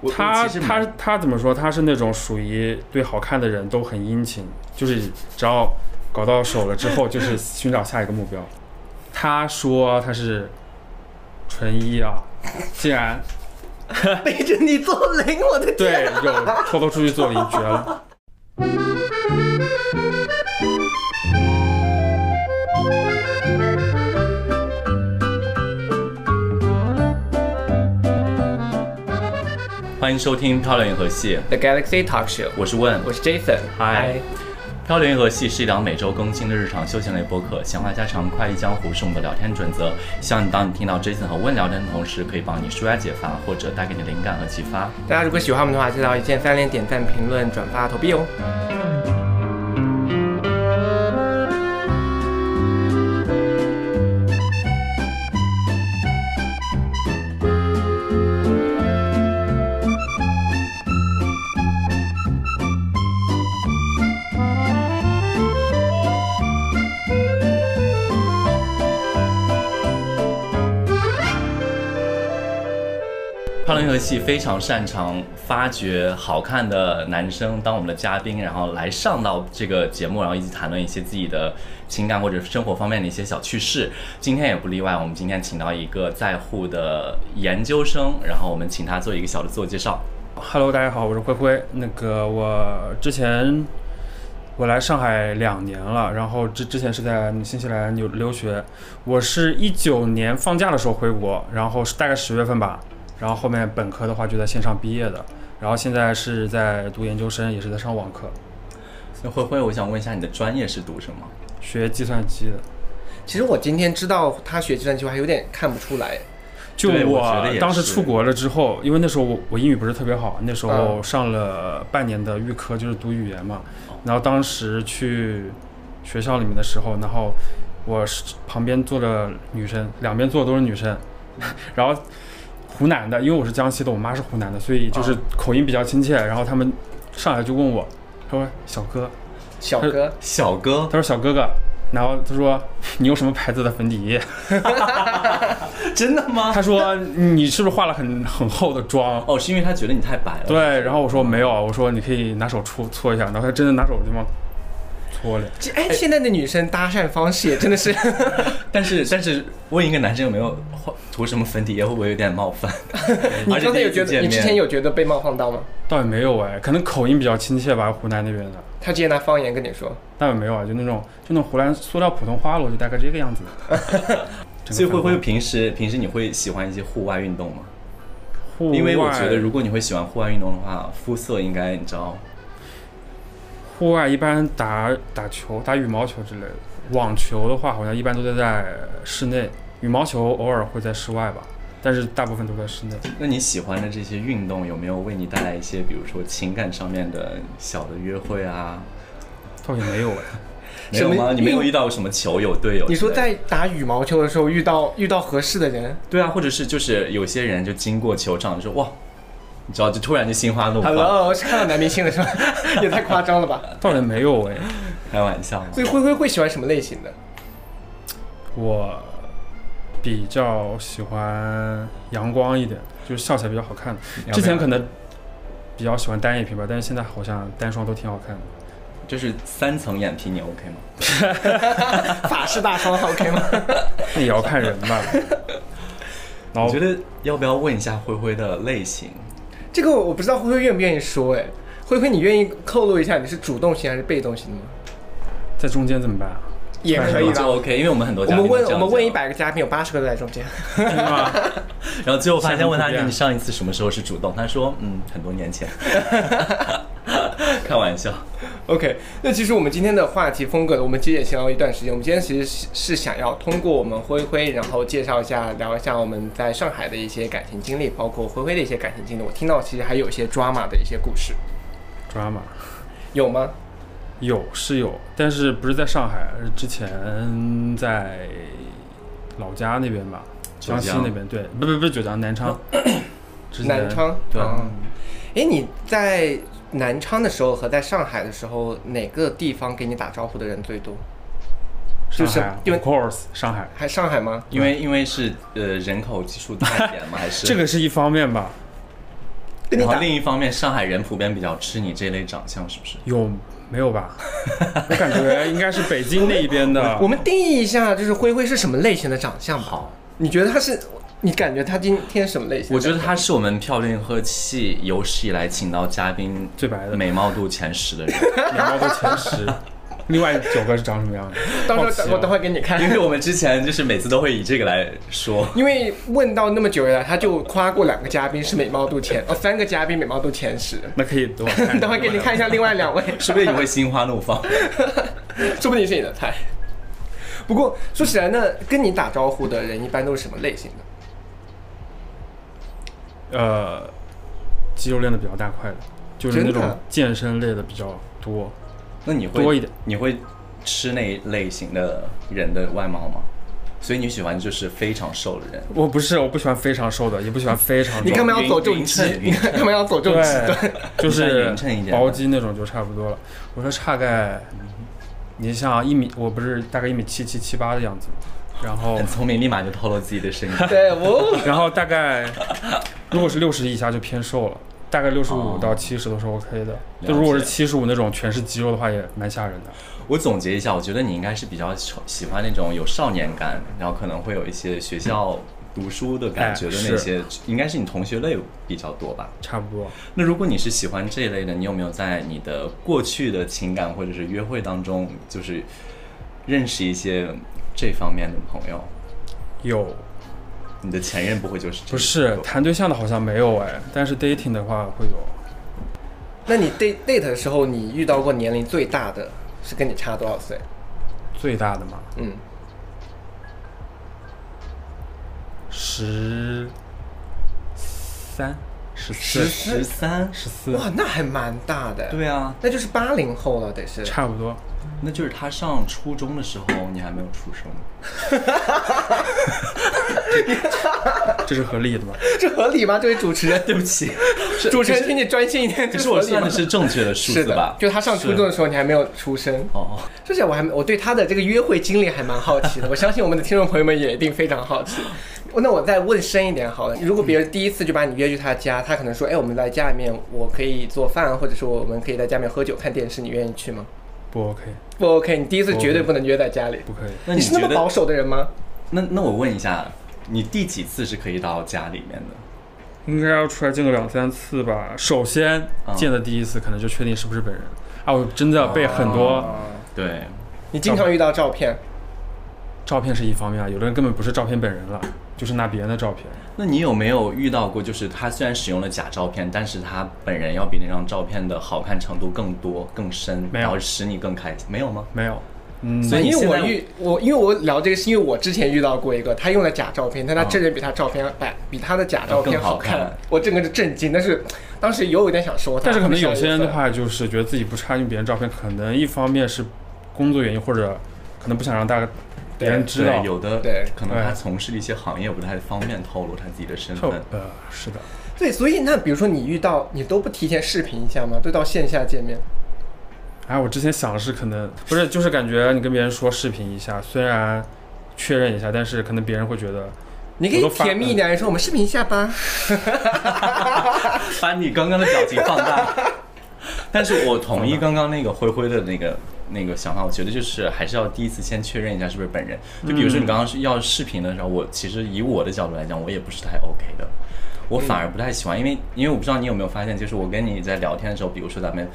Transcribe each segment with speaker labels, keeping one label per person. Speaker 1: 我
Speaker 2: 他
Speaker 1: 我其实
Speaker 2: 他
Speaker 1: 蛮
Speaker 2: 他怎么说？他是那种属于对好看的人都很殷勤，就是只要搞到手了之后，就是寻找下一个目标。他说他是纯一啊，竟然
Speaker 1: 背着你做零，我的天！
Speaker 2: 对有偷偷出去做了一绝了。
Speaker 3: 欢迎收听《漂亮银河系》，
Speaker 1: The Galaxy Talk Show，
Speaker 3: 我是问。
Speaker 1: 我是 Jason，
Speaker 3: 嗨，《漂流银河系》是一档每周更新的日常休闲类播客，闲话家常、快意江湖是我们的聊天准则。希望你当你听到 Jason 和温聊天的同时，可以帮你舒压解乏，或者带给你灵感和启发。
Speaker 1: 大家如果喜欢我们的话，记得要一键三连、点赞、评论、转发、投币哦。
Speaker 3: 漂流银河系非常擅长发掘好看的男生当我们的嘉宾，然后来上到这个节目，然后一起谈论一些自己的情感或者生活方面的一些小趣事。今天也不例外，我们今天请到一个在沪的研究生，然后我们请他做一个小的自我介绍。
Speaker 2: Hello，大家好，我是灰灰。那个我之前我来上海两年了，然后之之前是在新西兰留留学，我是一九年放假的时候回国，然后是大概十月份吧，然后后面本科的话就在线上毕业的，然后现在是在读研究生，也是在上网课，
Speaker 3: 那灰灰，我想问一下，你的专业是读什么？
Speaker 2: 学计算机的。
Speaker 1: 其实我今天知道他学计算机，我还有点看不出来。
Speaker 2: 就
Speaker 3: 对我觉得也是
Speaker 2: 当时出国了之后，因为那时候我我英语不是特别好，那时候上了半年的预科，就是读语言嘛。
Speaker 3: 哦
Speaker 2: 然后当时去学校里面的时候，然后我是旁边坐着女生，两边坐的都是女生，
Speaker 3: 嗯
Speaker 2: 然后湖南的，因为我是江西的，我妈是湖南的，所以就是
Speaker 3: 哦
Speaker 1: 啊
Speaker 2: 口音比较亲切。然后他们上来就问我，他说小哥，
Speaker 1: 小哥，
Speaker 3: 小哥
Speaker 2: 他，说小哥哥，然后他说你用什么牌子的粉底液？
Speaker 3: 真的吗？
Speaker 2: 他说你是不是化了很很厚的 妆？
Speaker 3: 哦，是因为他觉得你太白了。
Speaker 2: 对，然后我说没有，啊我说你可以拿手搓搓一下，然后他真的拿手就往搓了。
Speaker 1: 这哎，现在的女生搭讪方式也真的是，
Speaker 3: 但是但是问一个男生有没有化涂什么粉底液，会不会有点冒犯？
Speaker 1: 你
Speaker 3: 而且
Speaker 1: 刚才
Speaker 3: 第一
Speaker 1: 有
Speaker 3: 次
Speaker 1: 觉得，
Speaker 3: 见
Speaker 1: 你
Speaker 3: 面
Speaker 1: 之前有觉得被冒犯到吗？
Speaker 2: 倒也没有哎，可能口音比较亲切吧，湖南那边的。
Speaker 1: 他直接拿方言跟你说，
Speaker 2: 倒也没有啊，就那种就那种湖南塑料普通话了，我就大概这个样子。 整个
Speaker 3: 所以
Speaker 2: 氛
Speaker 3: 灰
Speaker 2: 围
Speaker 3: 灰平时平时你会喜欢一些户外运动吗？
Speaker 2: 户外，
Speaker 3: 因为我觉得如果你会喜欢户外运动的话，肤色应该你知道。
Speaker 2: 户外一般打打球、打羽毛球之类的，网球的话好像一般都在在室内，羽毛球偶尔会在室外吧，但是大部分都在室内。
Speaker 3: 那你喜欢的这些运动有没有为你带来一些，比如说情感上面的小的约会啊？
Speaker 2: 倒也没有哎，
Speaker 3: 没有
Speaker 1: 什
Speaker 3: 吗？
Speaker 1: 么
Speaker 3: 你没有
Speaker 1: 运
Speaker 3: 遇到什么球友队友之类的？
Speaker 1: 你说在打羽毛球的时候遇到遇到合适的人，
Speaker 3: 对啊，或者是就是有些人就经过球场就说哇，你知道就突然就心花怒放。
Speaker 1: Hello，是看到男明星了是吧？ 也太夸张了吧！
Speaker 2: 倒也没有哎。
Speaker 3: 开玩笑嘛。
Speaker 1: 所以灰灰会喜欢什么类型的？
Speaker 2: 我比较喜欢阳光一点，就是笑起来比较好看的。
Speaker 3: 要不要
Speaker 2: 之前可能比较喜欢单眼皮吧，但是现在好像单双都挺好 看的。
Speaker 3: 就是三层眼皮，你 OK 吗？
Speaker 1: 法式大双 OK 吗？
Speaker 2: 那也要看人吧。 然
Speaker 3: 我
Speaker 2: 后
Speaker 3: 觉得要不要问一下灰灰的类型？
Speaker 1: 这个我不知道灰灰愿不愿意说哎。灰灰，你愿意透露一下你是主动型还是被动型的吗？
Speaker 2: 在中间怎么办啊？
Speaker 1: 也可以
Speaker 3: 就
Speaker 1: 吧。
Speaker 3: OK，因为我们很多
Speaker 1: 我
Speaker 3: 嘉宾
Speaker 1: 们
Speaker 3: 都
Speaker 1: 问
Speaker 3: 这
Speaker 1: 我
Speaker 3: 样
Speaker 1: 们问
Speaker 3: 讲
Speaker 1: 一，百个嘉宾，有八十个都在中间。
Speaker 2: 真的吗？
Speaker 3: 然后最后发现问他
Speaker 2: 下次不变
Speaker 3: 你上一次什么时候是主动，他说嗯很多年前， 开玩笑。
Speaker 1: OK，那其实我们今天的话题风格，我们其实也闲聊一段时间。我们今天其实是是想要通过我们灰灰，然后介绍一下，聊一下我们在上海的一些感情经历，包括灰灰的一些感情经历。我听到其实还有一些 drama 的一些故事，
Speaker 2: drama
Speaker 1: 有吗？
Speaker 2: 有是有，但是不是在上海，而是之前在老家那边吧，
Speaker 3: 九
Speaker 2: 江西
Speaker 3: 江
Speaker 2: 那边对，不不不是九江南 昌，之前
Speaker 1: 南昌，
Speaker 3: 对
Speaker 1: 嗯哎，你在南昌的时候和在上海的时候，哪个地方给你打招呼的人最多？就
Speaker 2: 上
Speaker 1: 是
Speaker 2: 海
Speaker 1: 因为
Speaker 2: ，of course 上海，
Speaker 1: 还上海吗？
Speaker 3: 因为因为是呃人口基数大一点嘛，还是
Speaker 2: 这个是一方面吧，
Speaker 1: 跟你
Speaker 3: 然后
Speaker 1: 打
Speaker 3: 另一方面，上海人普遍比较吃你这类长相，是不是？
Speaker 2: 有没有吧？ 我感觉应该是北京那一边的。
Speaker 1: 我们定义一下，就是灰灰是什么类型的长相吧？
Speaker 3: 好，
Speaker 1: 你觉得他是？你感觉他今天什么类型？
Speaker 3: 我觉得她是我们漂亮和气有史以来请到嘉宾
Speaker 2: 最白的
Speaker 3: 美貌度前十的人，
Speaker 2: 两猫都前十，另外九个是长什么样的？
Speaker 1: 到时候
Speaker 2: 好奇
Speaker 1: 等
Speaker 2: 哦
Speaker 1: 啊我等会儿给你看，
Speaker 3: 因为我们之前就是每次都会以这个来说。
Speaker 1: 因为问到那么久以来，他就夸过两个嘉宾是美貌度 前，哦，三个嘉宾美貌度前十。
Speaker 2: 那可以等我 看。
Speaker 1: 等会儿给你看一下另外 两位，
Speaker 3: 说不定你会心花怒放。
Speaker 1: 说不定是你的菜。不过说起来呢，跟你打招呼的人一般都是什么类型的？
Speaker 2: 呃，肌肉练的比较大块的，就是那
Speaker 1: 真
Speaker 2: 种
Speaker 1: 的
Speaker 2: 健身类的比较多。
Speaker 3: 那你会
Speaker 2: 多一点？
Speaker 3: 你会吃那类型的人的外貌吗？所以你喜欢就是非常瘦的人？
Speaker 2: 我不是，我不喜欢非常瘦的，也不喜欢非常壮。
Speaker 1: 你干嘛要走这种
Speaker 3: 匀
Speaker 1: 极？
Speaker 3: 称
Speaker 1: 你 干嘛要走这种极端？
Speaker 2: 对，就是
Speaker 3: 匀称一点
Speaker 2: 包肌那种就差不多了。我说大概，你像一米，我不是大概一米七七七八的样子吗，然后
Speaker 3: 很聪明，立马就透露自己的身高。
Speaker 1: 对，我
Speaker 2: 然后大概如果是六十以下就偏瘦了，大概六十五到七十都是 OK 的。就如果是七十五那种全是肌肉的话，也蛮吓人的。
Speaker 3: 我总结一下，我觉得你应该是比较喜喜欢那种有少年感，然后可能会有一些学校读书的感觉的
Speaker 2: 哎
Speaker 3: 那些，应该是你同学类比较多吧。
Speaker 2: 差不多，
Speaker 3: 那如果你是喜欢这一类的，你有没有在你的过去的情感或者是约会当中，就是认识一些这方面的朋友？
Speaker 2: 有
Speaker 3: 你的前任不会就是
Speaker 2: 不
Speaker 3: 这个
Speaker 2: 是谈对象的好像没有哎，但是 dating 的话会有。
Speaker 1: 那你 date date 的时候，你遇到过年龄最大的是跟你差多少岁？
Speaker 2: 最大的嘛，
Speaker 1: 嗯，
Speaker 2: 十三、十
Speaker 1: 十
Speaker 2: 四、
Speaker 1: 四
Speaker 3: 十三？
Speaker 2: 十四，
Speaker 1: 哇，那还蛮大的。，
Speaker 3: 对啊，
Speaker 1: 那就是八零后了，得是。
Speaker 2: 差不多。
Speaker 3: 那就是他上初中的时候，你还没有出生。
Speaker 2: 这是合理的吧？
Speaker 1: 这合理吗？这位主持人，
Speaker 3: 对不起，
Speaker 1: 主持人，请你专心一点。
Speaker 3: 可
Speaker 1: 这
Speaker 3: 是我
Speaker 1: 合理吗
Speaker 3: 算的是正确的数
Speaker 1: 是
Speaker 3: 字
Speaker 1: 的
Speaker 3: 吧？，
Speaker 1: 就他上初中的时候，你还没有出生。
Speaker 3: 哦，
Speaker 1: 说起来，我还我对他的这个约会经历还蛮好奇的，我相信我们的听众朋友们也一定非常好奇。哦那我再问深一点好了，如果别人第一次就把你约去他家，他可能说：“哎，我们在家里面，我可以做饭，或者说我们可以在家里面喝酒、看电视，你愿意去吗
Speaker 2: 不 OK，？”
Speaker 1: 不 OK，你第一次绝对不能约在家里。
Speaker 2: 不可以。
Speaker 3: 那
Speaker 1: 你
Speaker 3: 你
Speaker 1: 是那
Speaker 3: 觉
Speaker 1: 么保
Speaker 3: 得？
Speaker 1: 守的人吗？
Speaker 3: 那那我问一下，你第几次是可以到家里面的？
Speaker 2: 应该要出来见个两三次吧。首先
Speaker 3: 嗯
Speaker 2: 见的第一次，可能就确定是不是本人啊。我真的被很
Speaker 1: 哦
Speaker 2: 多
Speaker 3: 对，
Speaker 1: 你经常遇到照片，
Speaker 2: 照片是一方面啊，有的人根本不是照片本人了，就是拿别人的照片。
Speaker 3: 那你有没有遇到过，就是他虽然使用了假照片，但是他本人要比那张照片的好看程度更多、更深，
Speaker 2: 没有
Speaker 3: 然后使你更开心？没有吗？
Speaker 2: 没有，嗯，
Speaker 3: 所以你
Speaker 1: 因为
Speaker 3: 现
Speaker 1: 我
Speaker 3: 在
Speaker 1: 遇我，因为我聊这个是因为我之前遇到过一个，他用了假照片，但
Speaker 2: 啊
Speaker 1: 他
Speaker 3: 嗯
Speaker 1: 真人比他照片摆比他的假照片
Speaker 3: 更好
Speaker 1: 好看，
Speaker 3: 看
Speaker 1: 我整个就震惊。但是当时有有点想说他，
Speaker 2: 但是可能有些人的
Speaker 1: 话。
Speaker 2: 话，就是觉得自己不差用别人照片，可能一方面是工作原因，或者可能不想让大家别人知道
Speaker 3: 对。有的
Speaker 1: 对
Speaker 3: 可能他
Speaker 2: 对
Speaker 3: 从事的一些行业不太方便透露他自己的身
Speaker 2: 臭
Speaker 3: 份。
Speaker 2: 呃，是的，
Speaker 1: 对，所以那比如说你遇到你都不提前视频一下吗？都到线下见面，
Speaker 2: 哎，我之前想的是可能不是，就是感觉你跟别人说视频一下，虽然确认一下，但是可能别人会觉得
Speaker 1: 你可
Speaker 2: 我
Speaker 1: 以
Speaker 2: 都发
Speaker 1: 甜蜜一点，说我们视频一下吧。
Speaker 3: 把你刚刚的表情放大。但是我同意刚刚那个灰灰的那个那个想法，我觉得就是还是要第一次先确认一下是不是本人。就比如说你刚刚是要视频的时候，我其实以我的角度来讲，我也不是太 OK 的，我反而不太喜欢，因为因为我不知道你有没有发现，就是我跟你在聊天的时候，比如说咱们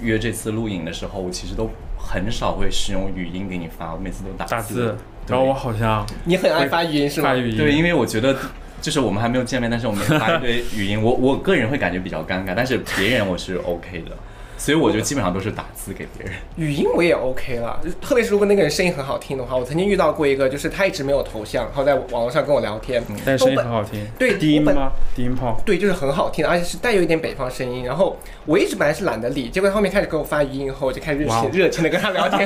Speaker 3: 约这次录影的时候，我其实都很少会使用语音给你发，我每次都打
Speaker 2: 打字，
Speaker 3: 对
Speaker 2: 然后我好像
Speaker 1: 你很爱发语音是吗
Speaker 2: 发？语音，
Speaker 3: 对，因为我觉得就是我们还没有见面，但是我们发一堆语音，我我个人会感觉比较尴尬，但是别人我是 OK 的，所以我就基本上都是打字给别人。
Speaker 1: 语音我也 OK 了，特别是如果那个人声音很好听的话，我曾经遇到过一个，就是他一直没有头像，然后在网络上跟我聊天，
Speaker 2: 嗯但是声音
Speaker 1: 我
Speaker 2: 很
Speaker 1: 本
Speaker 2: 好听。
Speaker 1: 对
Speaker 2: 低音
Speaker 1: 我本
Speaker 2: 吗？低音炮。
Speaker 1: 对，就是很好听，而且是带有一点北方声音。然后我一直本来是懒得理，结果他后面开始给我发语音以后，我就开始热
Speaker 2: 哇哦
Speaker 1: 情热情的跟他聊 天，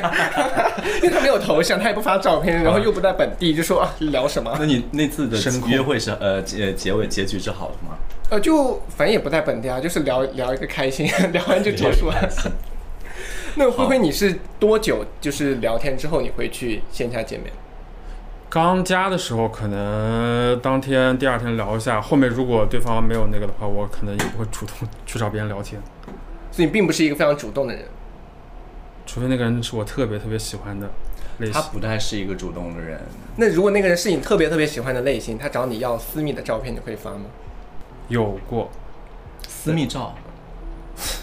Speaker 1: 因为他没有头像，他也不发照
Speaker 3: 啊
Speaker 1: 片，然后又不在本地，就说啊聊什么。
Speaker 3: 那你那次的
Speaker 2: 声控
Speaker 3: 约会是呃结结尾结局是好的吗？
Speaker 1: 呃，就反正也不在本地啊，就是聊聊一个开心，聊完就结束了。 那灰灰，你是多久就是聊天之后你会去线下见面？
Speaker 2: 刚加的时候，可能当天、第二天聊一下，后面如果对方没有那个的话，我可能也不会主动去找别人聊天，
Speaker 1: 所以你并不是一个非常主动的人。
Speaker 2: 除非那个人是我特别特别喜欢的类
Speaker 3: 他
Speaker 2: 型。
Speaker 3: 不太是一个主动的人，
Speaker 1: 那如果那个人是你特别特别喜欢的类型，他找你要私密的照片，你会发吗？
Speaker 2: 有过，
Speaker 3: 私密照，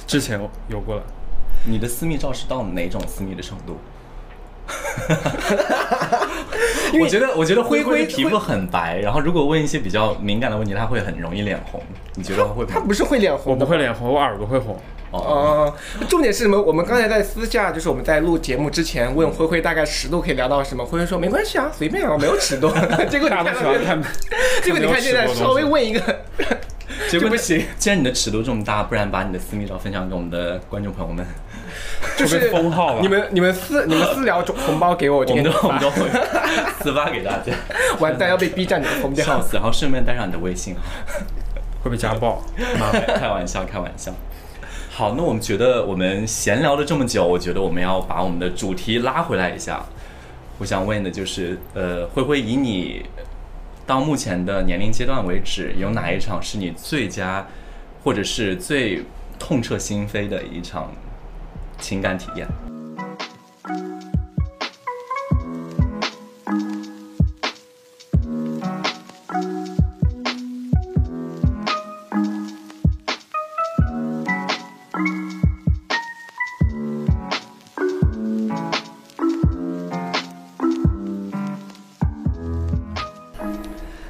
Speaker 2: 之前有过了，
Speaker 3: 你的私密照是到哪种私密的程度？
Speaker 1: 因为
Speaker 3: 我觉得，我觉得
Speaker 1: 灰
Speaker 3: 灰
Speaker 1: 灰
Speaker 3: 灰的皮肤很白，然后如果问一些比较敏感的问题，他会很容易脸红。你觉得他会
Speaker 1: 他
Speaker 3: 吗？
Speaker 1: 不是会脸
Speaker 2: 我
Speaker 1: 红的吗
Speaker 2: 不会脸红，我耳朵会红。
Speaker 3: 哦，
Speaker 1: 哦，重点是什么？我们刚才在私下，就是我们在录节目之前问灰灰大概尺度可以聊到什么，灰灰说没关系啊，随便啊，我没有尺 度。结果你
Speaker 2: 大
Speaker 1: 看
Speaker 2: 家
Speaker 1: 到
Speaker 2: 都
Speaker 1: 这，
Speaker 2: 喜欢看，
Speaker 1: 结果你看现在稍微问一个，
Speaker 3: 结果
Speaker 1: 这不行。
Speaker 3: 既然你的尺度这么大，不然把你的私密照分享给我们的观众朋友们，
Speaker 1: 就
Speaker 2: 除非
Speaker 1: 是
Speaker 2: 封号吧
Speaker 1: 你们你们私你们私聊红包给我，我
Speaker 3: 我
Speaker 1: 就给你
Speaker 3: 们都 我
Speaker 1: 发
Speaker 3: 们。都会私发给大家，
Speaker 1: 完蛋要被 B 站给封
Speaker 3: 笑
Speaker 1: 掉。
Speaker 3: 死。然后顺便带上你的微信号。
Speaker 2: 会被家暴。
Speaker 3: 妈开玩笑，开玩笑。好，那我们觉得我们闲聊了这么久，我觉得我们要把我们的主题拉回来一下。我想问的就是，呃，慧慧，以你到目前的年龄阶段为止，有哪一场是你最佳，或者是最痛彻心扉的一场情感体验？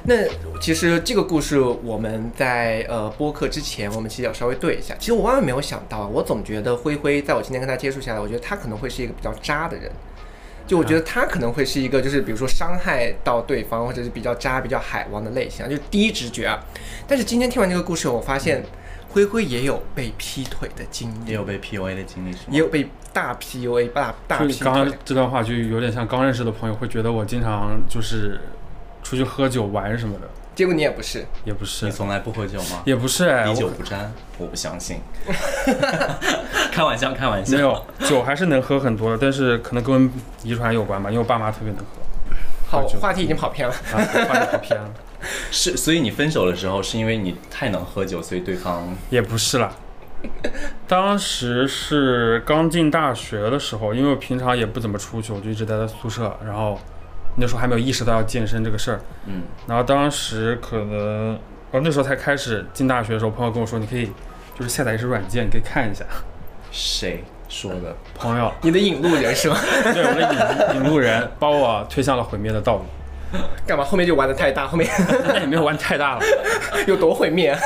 Speaker 1: 那其实这个故事我们在呃播客之前，我们其实要稍微对一下。其实我万万没有想到，啊我总觉得灰灰在我今天跟他接触下来，我觉得他可能会是一个比较渣的人。就我觉得
Speaker 2: 啊
Speaker 1: 他可能会是一个，就是比如说伤害到对方，或者是比较渣、比较海王的类型啊，就是第一直觉啊。但是今天听完这个故事，我发现灰灰也有被劈腿的经历，
Speaker 3: 也有被 PUA 的经历是吗？
Speaker 1: 也有被大 PUA 大大
Speaker 2: 就
Speaker 1: P
Speaker 2: 你
Speaker 1: 腿
Speaker 2: 刚刚这段话就有点像刚认识的朋友会觉得我经常就是出去喝酒玩什么的，
Speaker 1: 结果你也不是，
Speaker 2: 也不是
Speaker 3: 你，从来不喝酒吗？
Speaker 2: 也不是哎，
Speaker 3: 嗯滴酒
Speaker 2: 我
Speaker 3: 不沾，我不 相信。开玩笑，开玩笑。
Speaker 2: 没有酒还是能喝很多的，但是可能跟遗传有关吧，因为我爸妈特别能喝。
Speaker 1: 好，
Speaker 2: 我觉得
Speaker 1: 话题已经跑偏了。
Speaker 2: 啊，话题跑偏了，
Speaker 3: 是，所以你分手的时候是因为你太能喝酒，所以对方
Speaker 2: 也不是啦。当时是刚进大学的时候，因为我平常也不怎么出去，我就一直待在宿舍，然后那时候还没有意识到要健身这个事儿，
Speaker 3: 嗯，
Speaker 2: 然后当时可能，哦，那时候才开始进大学的时候，朋友跟我说，你可以就是下载一些软件，你可以看一下。
Speaker 3: 谁说的？
Speaker 2: 朋友，
Speaker 1: 你的引路人是吗？
Speaker 2: 对我的引引路人，把我推向了毁灭的 道路。
Speaker 1: 干嘛？后面就玩的太大，后面
Speaker 2: 但也没有玩太大了，
Speaker 1: 有多毁灭？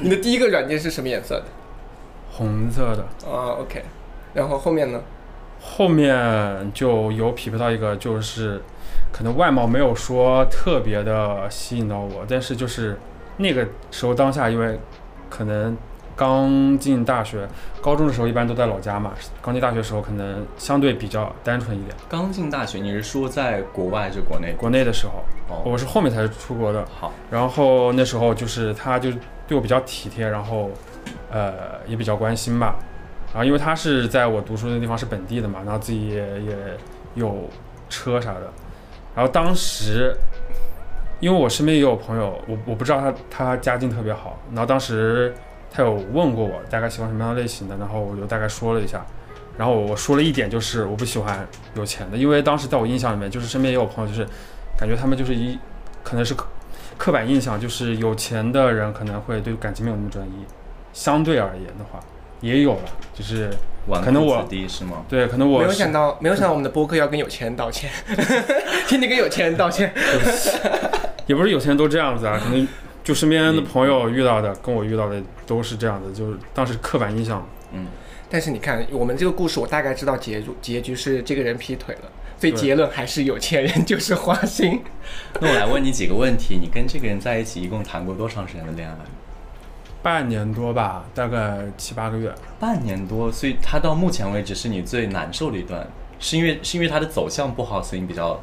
Speaker 1: 你的第一个软件是什么颜色
Speaker 2: 红色的。
Speaker 1: 的？啊，OK。然后后面呢？
Speaker 2: 后面就有匹配到一个，就是可能外貌没有说特别的吸引到我，但是就是那个时候当下，因为可能刚进大学，高中的时候一般都在老家嘛，刚进大学的时候可能相对比较单纯一点。
Speaker 3: 刚进大学，你是说在国外还是国内？
Speaker 2: 国内的时候，
Speaker 3: 哦，
Speaker 2: 我是后面才出国的，
Speaker 3: 好，
Speaker 2: 然后那时候就是他就对我比较体贴，然后呃也比较关心吧。然后因为他是在我读书的地方是本地的嘛，然后自己也也有车啥的。然后当时因为我身边也有朋友，我我不知道他他家境特别好，然后当时他有问过我大概喜欢什么样的类型的，然后我就大概说了一下。然后我说了一点，就是我不喜欢有钱的，因为当时在我印象里面，就是身边也有朋友，就是感觉他们就是一可能是刻板印象就是有钱的人可能会对感情没有那么专一，相对而言的话也有了，就是
Speaker 3: 纨
Speaker 2: 可能我
Speaker 3: 绔子弟是吗？
Speaker 2: 对，可能
Speaker 1: 没
Speaker 2: 我
Speaker 1: 有
Speaker 2: 是
Speaker 1: 想到，没有想到我们的播客要跟有钱人道歉， 天天跟有钱人道歉。
Speaker 2: 也不是有钱人都这样子啊，可能就身边的朋友遇到的跟我遇到的都是这样的，就是当时刻板印象。
Speaker 3: 嗯，
Speaker 1: 但是你看，我们这个故事，我大概知道结局，结局是这个人劈腿了，所以
Speaker 2: 对
Speaker 1: 结论还是有钱人就是花心。
Speaker 3: 那我来问你几个问题，你跟这个人在一起一共谈过多长时间的恋爱？
Speaker 2: 半年多吧，大概七八个月，
Speaker 3: 半年多，所以他到目前为止是你最难受的一段，是因为是因为他的走向不好，所以你比较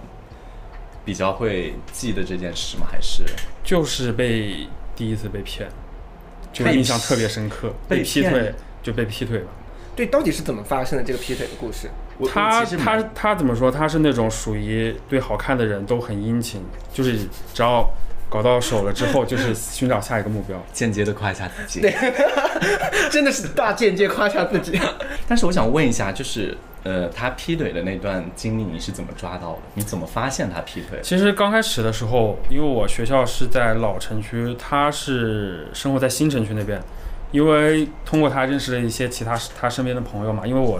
Speaker 3: 比较会记得这件事吗？还是
Speaker 2: 就是被第一次被骗，就
Speaker 3: 被
Speaker 2: 印象特别深刻，
Speaker 3: 被
Speaker 2: 被劈
Speaker 3: 骗
Speaker 2: 腿就被劈腿了。
Speaker 1: 对，到底是怎么发生的这个劈腿的故事？
Speaker 3: 我
Speaker 2: 他
Speaker 3: 我其实
Speaker 2: 他
Speaker 3: 蛮
Speaker 2: 他怎么说？他是那种属于对好看的人都很殷勤，就是只要搞到手了之后，就是寻找下一个目标。
Speaker 3: 间接的夸一下自己。
Speaker 1: 真的是大间接夸下自己。
Speaker 3: 但是我想问一下，就是呃，他劈腿的那段经历你是怎么抓到的？你怎么发现他劈腿？
Speaker 2: 其实刚开始的时候，因为我学校是在老城区，他是生活在新城区那边。因为通过他认识了一些其他他身边的朋友嘛，因为我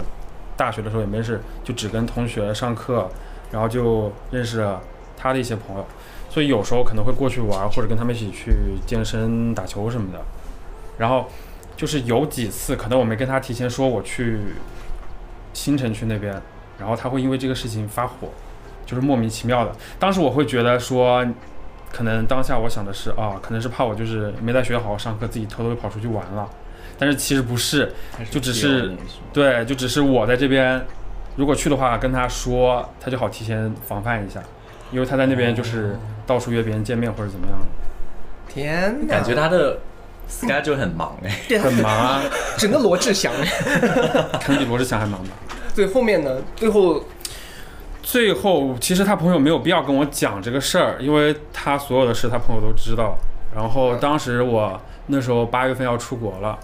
Speaker 2: 大学的时候也没事，就只跟同学上课，然后就认识了他的一些朋友，所以有时候可能会过去玩，或者跟他们一起去健身、打球什么的。然后就是有几次，可能我没跟他提前说我去新城区那边，然后他会因为这个事情发火，就是莫名其妙的。当时我会觉得说，可能当下我想的是啊，可能是怕我就是没在学校好好上课，自己偷偷跑出去玩了。但是其实不是，就只是
Speaker 3: 他劈友你吗
Speaker 2: 对，就只是我在这边，如果去的话跟他说，他就好提前防范一下，因为他在那边就是到处约别人见面或者怎么样，
Speaker 1: 天哪，
Speaker 3: 感觉他的 schedule 很忙哎、
Speaker 1: 对
Speaker 2: 很忙啊，
Speaker 1: 整个罗志祥。
Speaker 2: 可能比罗志祥还忙吧。
Speaker 1: 对，后面呢？最后
Speaker 2: 最后，其实他朋友没有必要跟我讲这个事儿，因为他所有的事他朋友都知道。然后当时我那时候八月份要出国了，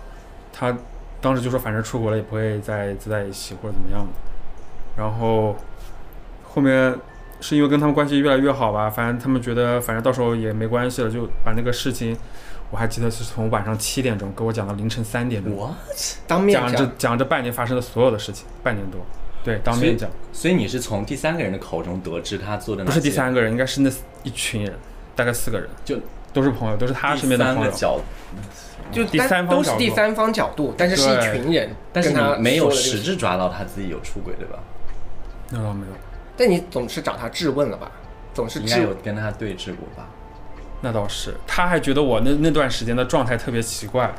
Speaker 2: 他当时就说反正出国了也不会再再在一起或者怎么样的。然后后面是因为跟他们关系越来越好吧，反正他们觉得反正到时候也没关系了，就把那个事情，我还记得是从晚上七点钟给我讲到凌晨三点钟，
Speaker 3: 我，
Speaker 1: 当面
Speaker 2: 讲这
Speaker 1: 讲，
Speaker 2: 讲这半年发生的所有的事情，半年多，对，当
Speaker 3: 所以
Speaker 2: 面讲。
Speaker 3: 所以你是从第三个人的口中得知他做的哪
Speaker 2: 不
Speaker 3: 些
Speaker 2: 是第三个人，应该是那一群人，大概四个人，
Speaker 3: 就
Speaker 2: 都是朋友，都是他身
Speaker 3: 第
Speaker 2: 边的
Speaker 3: 三
Speaker 2: 朋
Speaker 3: 个
Speaker 2: 友。
Speaker 3: 角，
Speaker 1: 就
Speaker 2: 第
Speaker 1: 单
Speaker 2: 三方
Speaker 1: 都是
Speaker 2: 角
Speaker 1: 第
Speaker 2: 度
Speaker 1: 三方角度，但是是一
Speaker 2: 对
Speaker 1: 群人，
Speaker 3: 但是
Speaker 1: 跟他
Speaker 3: 你没
Speaker 1: 说
Speaker 3: 有
Speaker 1: 的这个
Speaker 3: 实质抓到他自己有出轨对吧？
Speaker 2: 那倒没有，
Speaker 1: 但你总是找他质问了吧？总是
Speaker 3: 应该
Speaker 1: 质
Speaker 3: 有跟他对峙过吧？
Speaker 2: 那倒是，他还觉得我那那段时间的状态特别奇怪，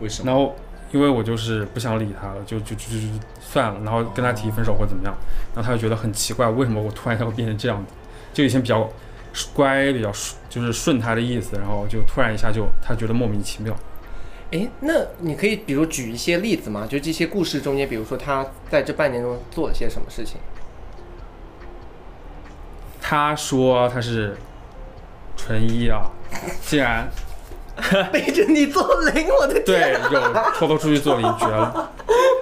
Speaker 3: 为什么？
Speaker 2: 然后因为我就是不想理他了，就就就就就算了，然后跟他提分手或怎么样，然后他就觉得很奇怪，为什么我突然要变成这样子？就以前比较乖，比较顺就是顺他的意思，然后就突然一下就他觉得莫名其妙。
Speaker 1: 哎，那你可以比如举一些例子吗？就这些故事中间，比如说他在这半年中做了些什么事情？
Speaker 2: 他说他是纯一啊，竟然
Speaker 1: 背着你做零，我的
Speaker 2: 对，有偷偷出去做了一绝了，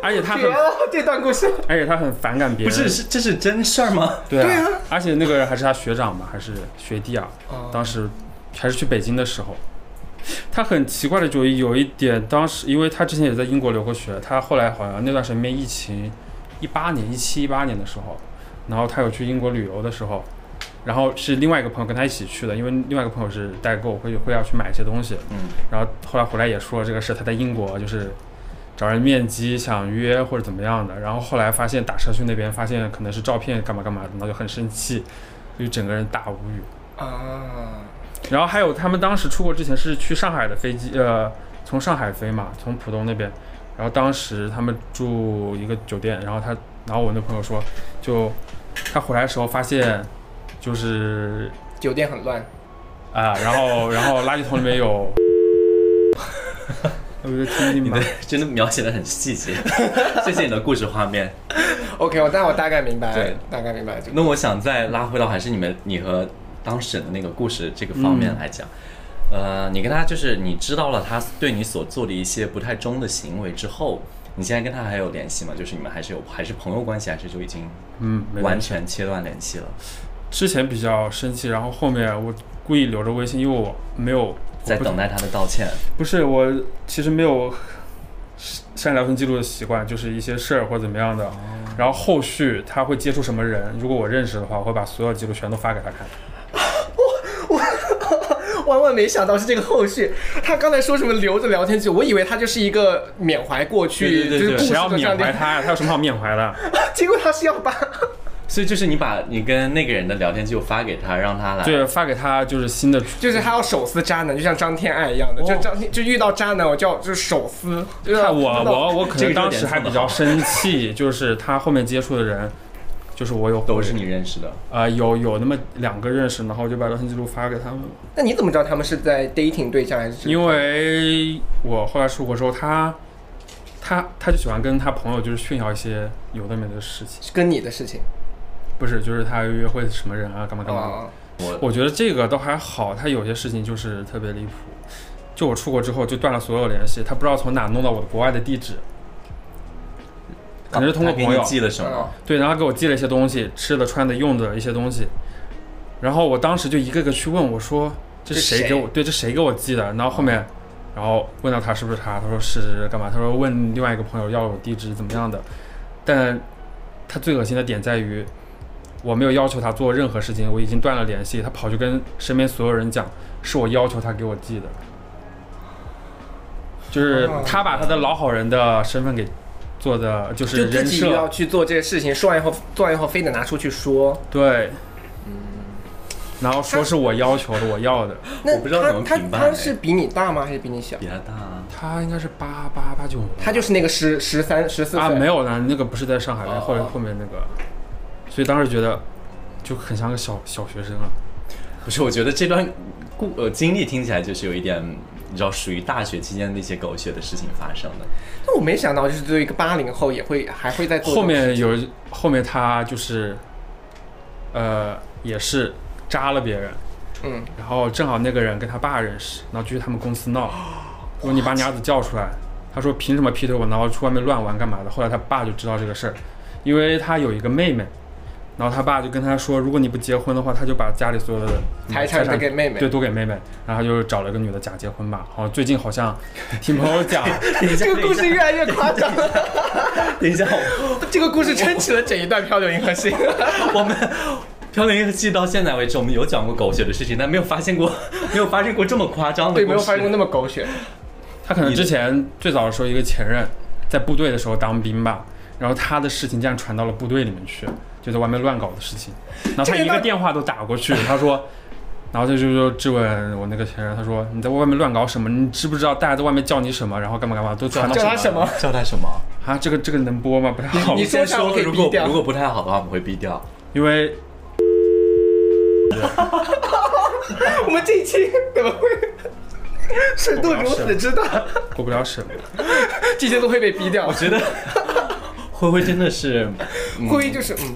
Speaker 2: 而且他
Speaker 1: 绝
Speaker 2: 很，
Speaker 1: 了！这段故事，
Speaker 2: 而且他很反感别
Speaker 3: 不
Speaker 2: 人，
Speaker 3: 是，是这是真事儿吗？
Speaker 2: 对啊，
Speaker 1: 对啊
Speaker 2: 而且那个人还是他学长吧，还是学弟啊，
Speaker 3: 哦
Speaker 2: 当时还是去北京的时候，他很奇怪的就有一点，当时因为他之前也在英国留过学，他后来好像那段时间疫情，一八年、一七、一八年的时候，然后他有去英国旅游的时候，然后是另外一个朋友跟他一起去的，因为另外一个朋友是代购，会会要去买一些东西，
Speaker 3: 嗯，
Speaker 2: 然后后来回来也说了这个事，他在英国就是找人面基，想约或者怎么样的，然后后来发现打车去那边，发现可能是照片干嘛干嘛的，然后就很生气，就整个人大无语。
Speaker 1: 啊，
Speaker 2: 然后还有他们当时出国之前是去上海的飞机，呃，从上海飞嘛，从浦东那边，然后当时他们住一个酒店，然后他，然后我那朋友说，就他回来的时候发现就是
Speaker 1: 酒店很乱，
Speaker 2: 啊、然后然后垃圾桶里面有。我就听你
Speaker 3: 你
Speaker 2: 们
Speaker 3: 的真的描写的很细 节，谢谢你的故事画面。
Speaker 1: OK，我但我大概明白，
Speaker 3: 对
Speaker 1: 大概明白这个。
Speaker 3: 那我想再拉回到还是你们你和当事人的那个故事这个方面来讲，呃，你跟他就是你知道了他对你所做的一些不太忠的行为之后，你现在跟他还有联系吗？就是你们还是有还是朋友关系，还是就已经
Speaker 2: 嗯，没
Speaker 3: 完
Speaker 2: 关系。
Speaker 3: 全切断联系了？
Speaker 2: 之前比较生气，然后后面我故意留着微信，因为我没有
Speaker 3: 在
Speaker 2: 我不
Speaker 3: 等待他的道歉。
Speaker 2: 不是我其实没有删聊天记录的习惯，就是一些事儿或者怎么样
Speaker 3: 哦
Speaker 2: 的。然后后续他会接触什么人，如果我认识的话，我会把所有记录全都发给他看。
Speaker 1: 万万没想到是这个后续。他刚才说什么留着聊天记录，我以为他就是一个缅怀过去，
Speaker 3: 对对对
Speaker 1: 就是故事
Speaker 2: 谁要
Speaker 1: 的这
Speaker 2: 缅
Speaker 1: 样
Speaker 2: 怀
Speaker 1: 的。
Speaker 2: 他呀？他有什么好缅怀的？
Speaker 1: 结果他是要把
Speaker 3: 所以就是你把你跟那个人的聊天记录发给他，让他 来。
Speaker 2: 对，发给他就是新的。
Speaker 1: 就是他要手撕渣男，就像张天爱一样的，就
Speaker 2: 哦
Speaker 1: 张就遇到渣男，我就要就是手撕。就
Speaker 2: 看
Speaker 1: 要
Speaker 2: 我我我可
Speaker 3: 这
Speaker 2: 能
Speaker 3: 个
Speaker 2: 当
Speaker 3: 有点
Speaker 2: 时还
Speaker 3: 做得
Speaker 2: 比较
Speaker 3: 好
Speaker 2: 生气， 就是他后面接触的人，就是我有
Speaker 3: 都是你认识的，
Speaker 2: 啊、有有那么两个认识，然后我就把聊天记录发给他们了。
Speaker 1: 那你怎么知道他们是在 dating 对象还是？
Speaker 2: 因为我后来出国之后，他他他就喜欢跟他朋友就是炫耀一些有的没的事情，
Speaker 1: 是跟你的事情
Speaker 2: 不是就是他约会什么人啊，干嘛干嘛
Speaker 3: 哦
Speaker 2: 的。
Speaker 1: 啊，
Speaker 3: 我
Speaker 2: 我觉得这个都还好，他有些事情就是特别离谱。就我出国之后就断了所有联系，他不知道从哪弄到我的国外的地址，可能是通过
Speaker 3: 他给
Speaker 2: 朋
Speaker 3: 你
Speaker 2: 友
Speaker 3: 寄了什
Speaker 1: 哦
Speaker 3: 么？
Speaker 2: 对，然后他给我寄了一些东西，吃的、穿的、用的一些东西。然后我当时就一个个去问，我说这
Speaker 1: 这
Speaker 2: 是谁
Speaker 1: 谁哦
Speaker 2: 给我？对，这谁给我寄的？然后后面，然后问到他是不是他，他说是干嘛？他说问另外一个朋友要我地址怎么样的。但他最恶心的点在于，我没有要求他做任何事情，我已经断了联系，他跑去跟身边所有人讲，是我要求他给我寄的。就是
Speaker 1: 哦
Speaker 2: 他把他的老好人的身份给做的，就
Speaker 1: 就是自
Speaker 2: 人
Speaker 1: 己
Speaker 2: 设
Speaker 1: 要去做这个事情，说完以后，做完以后非得拿出去说。
Speaker 2: 对，嗯然后说是我要求的，我要的。
Speaker 1: 那
Speaker 3: 我不知道怎么
Speaker 1: 他
Speaker 3: 评
Speaker 1: 他
Speaker 3: 判
Speaker 1: 他
Speaker 3: 哎
Speaker 1: 是比你大吗？还是比你小？
Speaker 3: 比他大啊。
Speaker 2: 他应该是八八八九，
Speaker 1: 他就是那个十十三十四岁
Speaker 2: 啊没有呢，那个不是在上海，
Speaker 3: 哦
Speaker 2: 后来后面那个，所以当时觉得就很像个小小学生啊。
Speaker 3: 不是，我觉得这段故呃经历听起来就是有一点，你知道，属于大学期间的一些狗血的事情发生 的。
Speaker 1: 那我没想到，就是对于一个八零后也会还会在做
Speaker 2: 后面
Speaker 1: 有
Speaker 2: 有后面他就是，呃，也是扎了别人，
Speaker 1: 嗯，
Speaker 2: 然后正好那个人跟他爸认识，然后就去他们公司 闹，说你把你儿子叫出来，他说凭什么劈腿我，然后去外面乱玩干嘛的。后来他爸就知道这个事儿，因为他有一个妹妹，然后他爸就跟他说，如果你不结婚的话，他就把家里所有的
Speaker 1: 嗯财产都给妹妹
Speaker 2: 对，都给妹妹。然后他就找了个女的假结婚吧。好，最近好像 听朋友讲，
Speaker 3: 啊
Speaker 1: 这个故 事越来越夸张了。
Speaker 3: 等一下，我
Speaker 1: 这个故事撑起了整一段《漂流银河系》。
Speaker 3: 我们 漂流银河系到现在为止，我们有讲过狗血的事情，但没有发现过， 没有发生过这么夸张的
Speaker 1: 对，
Speaker 3: 故事。
Speaker 1: 没有发生过那么狗血。
Speaker 2: 他可能
Speaker 3: 你的
Speaker 2: 之前最早的时候一个前任在部队的时候当兵吧，然后他的事情竟然传到了部队里面去，就在外面乱搞的事情，然后
Speaker 1: 这
Speaker 2: 他
Speaker 1: 个
Speaker 2: 一个
Speaker 1: 那
Speaker 2: 电话都打过去，他说。 然后他就就质问我那个前任，他说你在外面乱搞什么？你知不知道大家在外面叫你什么？然后干嘛干嘛都传到
Speaker 1: 叫他什么？
Speaker 3: 叫他 什么？
Speaker 2: 啊？这个这个能播吗？不太好
Speaker 1: 你，说
Speaker 3: 先
Speaker 1: 啥我
Speaker 3: 说，
Speaker 1: 可以
Speaker 3: 如果
Speaker 1: 逼掉
Speaker 3: 如果不太好的话，我们会逼掉。
Speaker 2: 因为
Speaker 1: 我们这一期怎么会 深度如此之大？
Speaker 2: 过不了审。
Speaker 1: 这些都会被逼掉
Speaker 3: 我。觉得灰灰真的是，嗯
Speaker 1: 会议就是嗯，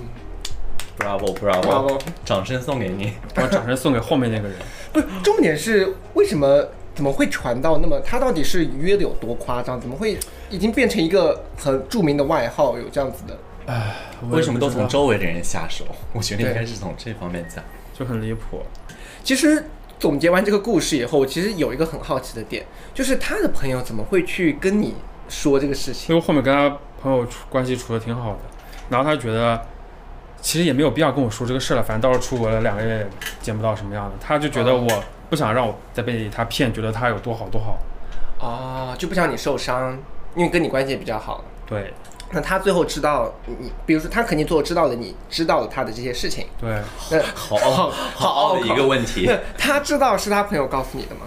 Speaker 3: bravo bravo，
Speaker 1: Bravo
Speaker 3: 掌声送给你。
Speaker 2: 我掌声送给后面那个人，
Speaker 1: 不是重点是为什么？怎么会传到那么？他到底是约的有多夸张？怎么会已经变成一个很著名的外号？有这样子的，
Speaker 2: 唉，我也
Speaker 3: 为什么
Speaker 2: 不
Speaker 3: 都
Speaker 2: 知
Speaker 3: 从
Speaker 2: 道
Speaker 3: 周围的人下手？我觉得应
Speaker 1: 对
Speaker 3: 该是从这方面讲。
Speaker 2: 就很离谱？
Speaker 1: 其实总结完这个故事以后，我其实有一个很好奇的点，就是他的朋友怎么会去跟你说这个事情？
Speaker 2: 所以我后面跟他朋友处关系处的挺好的，然后他觉得其实也没有必要跟我说这个事了，反正到时候出国了，两个人也见不到什么样的。他就觉得我不想让我再被他骗，觉得他有多好多好。
Speaker 1: 哦，就不想你受伤，因为跟你关系也比较好。
Speaker 2: 对
Speaker 1: 那他最后知道你，比如说他肯定最后知道了你知道了他的这些事情。
Speaker 2: 对，
Speaker 1: 那
Speaker 3: 好傲好傲的一个问题
Speaker 1: 那。他知道是他朋友告诉你的吗？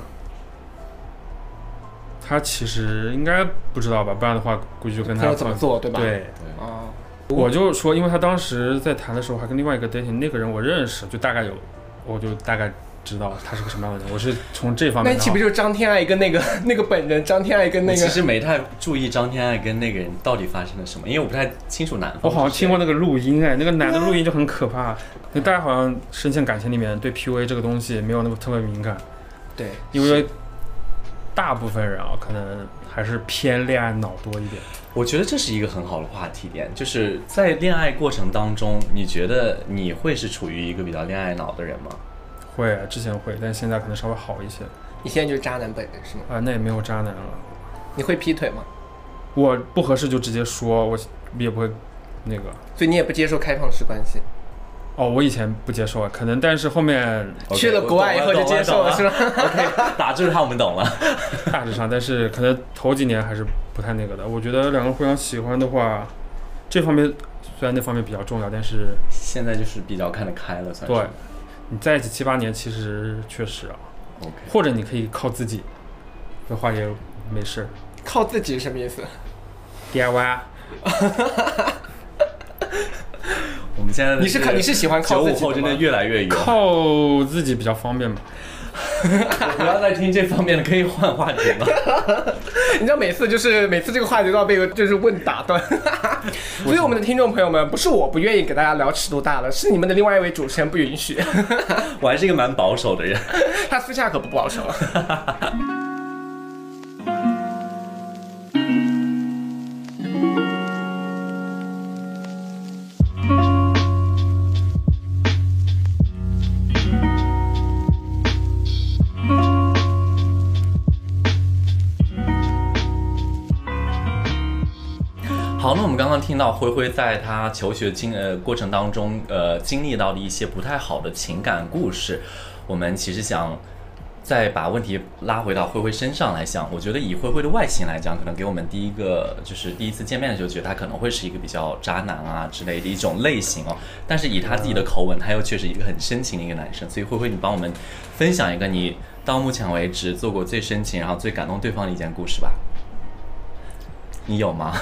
Speaker 2: 他其实应该不知道吧，不然的话估计就跟
Speaker 1: 朋
Speaker 2: 他
Speaker 1: 友怎么做，对吧？
Speaker 2: 嗯对。
Speaker 1: 哦，
Speaker 2: 我就说，因为他当时在谈的时候还跟另外一个 dating 那个人我认识，就大概有，我就大概知道他是个什么样的人。我是从这方
Speaker 1: 那
Speaker 2: 面，
Speaker 1: 岂不就是张天爱跟那个 那个本人张天爱跟
Speaker 3: 我
Speaker 1: 那
Speaker 3: 其
Speaker 1: 个？
Speaker 3: 实没太注意张天爱跟那个人到底发生了什么，因为我不太清楚男方。
Speaker 2: 我好像听过。那个录音哎，那个男的录音就很可怕。那大家好像深陷感情里面对 PUA 这个东西没有那么特别敏感，
Speaker 1: 对，
Speaker 2: 因为大部分人啊，可能还是偏恋爱脑多一点。
Speaker 3: 我觉得这是一个很好的话题点，就是在恋爱过程当中，你觉得你会是处于一个比较恋爱脑的人吗？
Speaker 2: 会，啊之前会，但现在可能稍微好一些
Speaker 1: 你现在就是渣男本人是吗？
Speaker 2: 啊、那也没有渣男了。
Speaker 1: 你会劈腿吗？
Speaker 2: 我不合适就直接说，我也不会那个。
Speaker 1: 所以你也不接受开放式关系？
Speaker 2: 哦，我以前不接受，啊，可能但是后面
Speaker 3: OK，
Speaker 1: 去了国外以后就接受了是吧
Speaker 3: 我懂了？OK，打 住他，我们懂了。
Speaker 2: 大致上，但是可能头几年还是不太那个的。我觉得两个人互相喜欢的话，这方面虽然那方面比较重要，但是
Speaker 3: 现在就是比较看得开了，算是。
Speaker 2: 对，你在一起七八年，其实确实啊，
Speaker 3: OK，
Speaker 2: 或者你可以靠自己的话也没事儿
Speaker 1: 靠自己是什么意思？
Speaker 2: ，DIY。
Speaker 3: 我们现在的
Speaker 1: 你是
Speaker 3: 这个
Speaker 1: 你是喜欢靠
Speaker 3: 九
Speaker 1: 自己的吗
Speaker 3: 五后真的越来越远。
Speaker 2: 靠自己比较方便吧。
Speaker 3: 不要再听这方面的，可以换话题吗？
Speaker 1: 你 知道每次就是每次这个话题都要被就是问打断， 所以我们的听众朋友们，不是我不愿意给大家聊尺度大了，是你们的另外一位主持人不允许，
Speaker 3: 我还是一个蛮保守的人。
Speaker 1: 他私下可不保守。
Speaker 3: 好，那我们刚刚听到灰灰在他求学经呃过程当中，呃经历到的一些不太好的情感故事，我们其实想再把问题拉回到灰灰身上来想，我觉得以灰灰的外形来讲，可能给我们第一个就是第一次见面的时候，觉得他可能会是一个比较渣男啊之类的一种类型哦，但是以他自己的口吻，他又却是一个很深情的一个男生，所以灰灰，你帮我们分享一个你到目前为止做过最深情，然后最感动对方的一件故事吧。你有吗？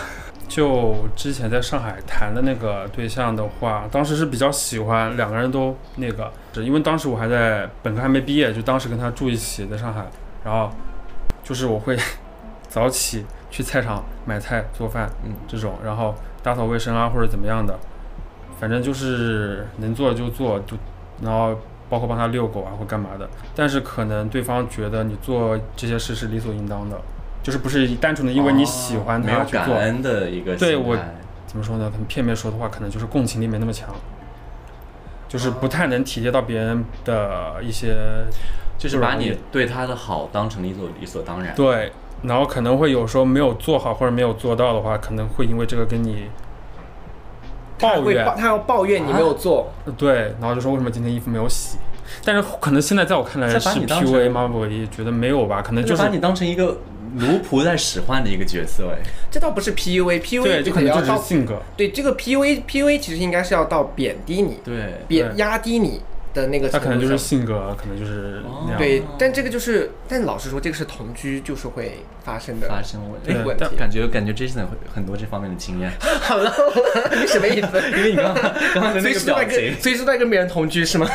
Speaker 2: 就之前在上海谈的那个对象的话，当时是比较喜欢，两个人都那个，是因为当时我还在本科还没毕业，就当时跟他住一起在上海，然后就是我会 早起去菜场买菜做饭，
Speaker 3: 嗯
Speaker 2: 这种，然后打扫卫生啊或者怎么样的，反正就是能做就做，就然后包括帮他遛狗啊或干嘛的，但是可能对方觉得你做这些事是理所应当的，就是不是单纯的因为你喜欢
Speaker 3: 哦没
Speaker 2: 他
Speaker 3: 有
Speaker 2: 去
Speaker 3: 感
Speaker 2: 做，
Speaker 3: 恩的一个
Speaker 2: 对
Speaker 3: 心
Speaker 2: 我
Speaker 3: 态
Speaker 2: 怎么说呢？很片面说的话，可能就是共情力没那么强，就是不太能体贴到别人的一些
Speaker 3: 就是
Speaker 2: 不
Speaker 3: 把
Speaker 2: 容易
Speaker 3: 你对他的好当成理所理所当然。
Speaker 2: 对，然后可能会有时候没有做好或者没有做到的话，可能会因为这个跟你
Speaker 1: 他
Speaker 2: 抱
Speaker 1: 会
Speaker 2: 怨
Speaker 1: 抱，他要抱怨你没有做，
Speaker 2: 对，然后就说为什么今天衣服没有洗。但是可能现在在我看来
Speaker 3: 再把
Speaker 2: 是
Speaker 3: 你当成
Speaker 2: PUA 吗？我也觉得没有吧，可能
Speaker 3: 就
Speaker 2: 就是
Speaker 3: 把你当成一个奴仆在使唤的一个角色，哎，
Speaker 1: 这倒不是 PUA，PUA
Speaker 2: 啊对，就可能
Speaker 1: 要
Speaker 2: 就只
Speaker 1: 到
Speaker 2: 是性格。
Speaker 1: 对这个 PUA，PUA 其实应该是要到贬低你，
Speaker 3: 对，
Speaker 1: 贬
Speaker 2: 对
Speaker 1: 压低你的那个
Speaker 2: 他
Speaker 1: 程度上。
Speaker 2: 可能就是性格，可能就是
Speaker 3: 哦
Speaker 2: 那样。
Speaker 1: 对，但这个就是，但老实说，这个是同居就是会发生的
Speaker 3: 发生过
Speaker 1: 这个
Speaker 2: 对
Speaker 1: 问
Speaker 2: 但
Speaker 1: 题。
Speaker 3: 哎感觉感觉 Jason 会很多这方面的经验，
Speaker 1: 好了， 你什么意思？
Speaker 3: 因为你刚刚刚刚
Speaker 1: 随
Speaker 3: 的那个
Speaker 1: 时都在
Speaker 3: 表
Speaker 1: 跟
Speaker 3: 情，
Speaker 1: 随时都在跟别人同居是 吗？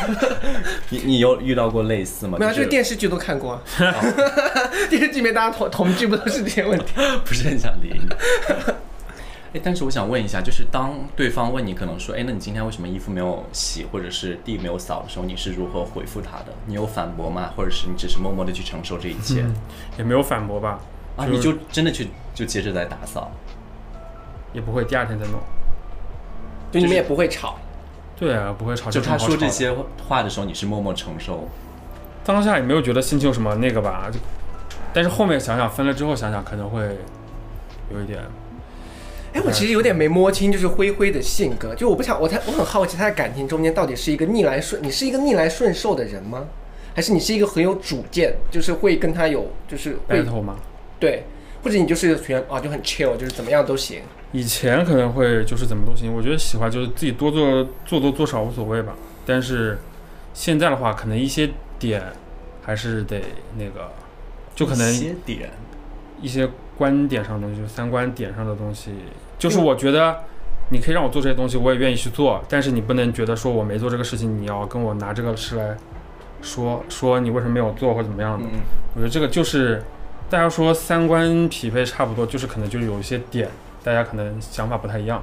Speaker 3: 你你有遇到过类似吗？
Speaker 1: 没有，
Speaker 3: 就
Speaker 1: 这个
Speaker 3: 是
Speaker 1: 电视剧都看过啊。
Speaker 2: 哦
Speaker 1: 电视剧里面大家同同居不都是这些问题？
Speaker 3: 不是很想理你。哎，但是我想问一下，就是当对方问你可能说，哎，那你今天为什么衣服没有洗，或者是地没有扫的时候，你是如何回复他的？你有反驳吗？或者是你只是默默的去承受这一切？
Speaker 2: 也没有反驳吧，
Speaker 3: 啊，你就真的去就接着再打扫，
Speaker 2: 也不会第二天再弄。
Speaker 1: 就你们也不会吵，
Speaker 2: 对啊，不会吵。
Speaker 3: 就
Speaker 2: 有什么
Speaker 3: 他
Speaker 2: 好
Speaker 3: 说
Speaker 2: 吵
Speaker 3: 这
Speaker 2: 的
Speaker 3: 些话的时候，你是默默承受。
Speaker 2: 当下也没有觉得心情有什么那个吧，就但是后面想想分了之后想想可能会有一点，
Speaker 1: 哎，
Speaker 3: 嗯
Speaker 1: 我其实有点没摸清，就是灰灰的性格，就我不想，我太我很好奇，他在感情中间到底是一个逆来顺，你是一个逆来顺受的人吗？还是你是一个很有主见，就是会跟他有，就是会
Speaker 2: battle 吗？
Speaker 1: 对，或者你就是全啊就很 chill，就是怎么样都行。
Speaker 2: 以前可能会就是怎么都行，我觉得喜欢就是自己多做做多做少无所谓吧。但是现在的话，可能一些点还是得那个，就可能
Speaker 3: 一些点，
Speaker 2: 一些观点上的东西，就是三观点上的东西，就是我觉得你可以让我做这些东西，我也愿意去做，但是你不能觉得说我没做这个事情，你要跟我拿这个事来说说你为什么没有做或者怎么样的。
Speaker 3: 嗯，
Speaker 2: 我觉得这个就是大家说三观匹配差不多，就是可能就有一些点，大家可能想法不太一样。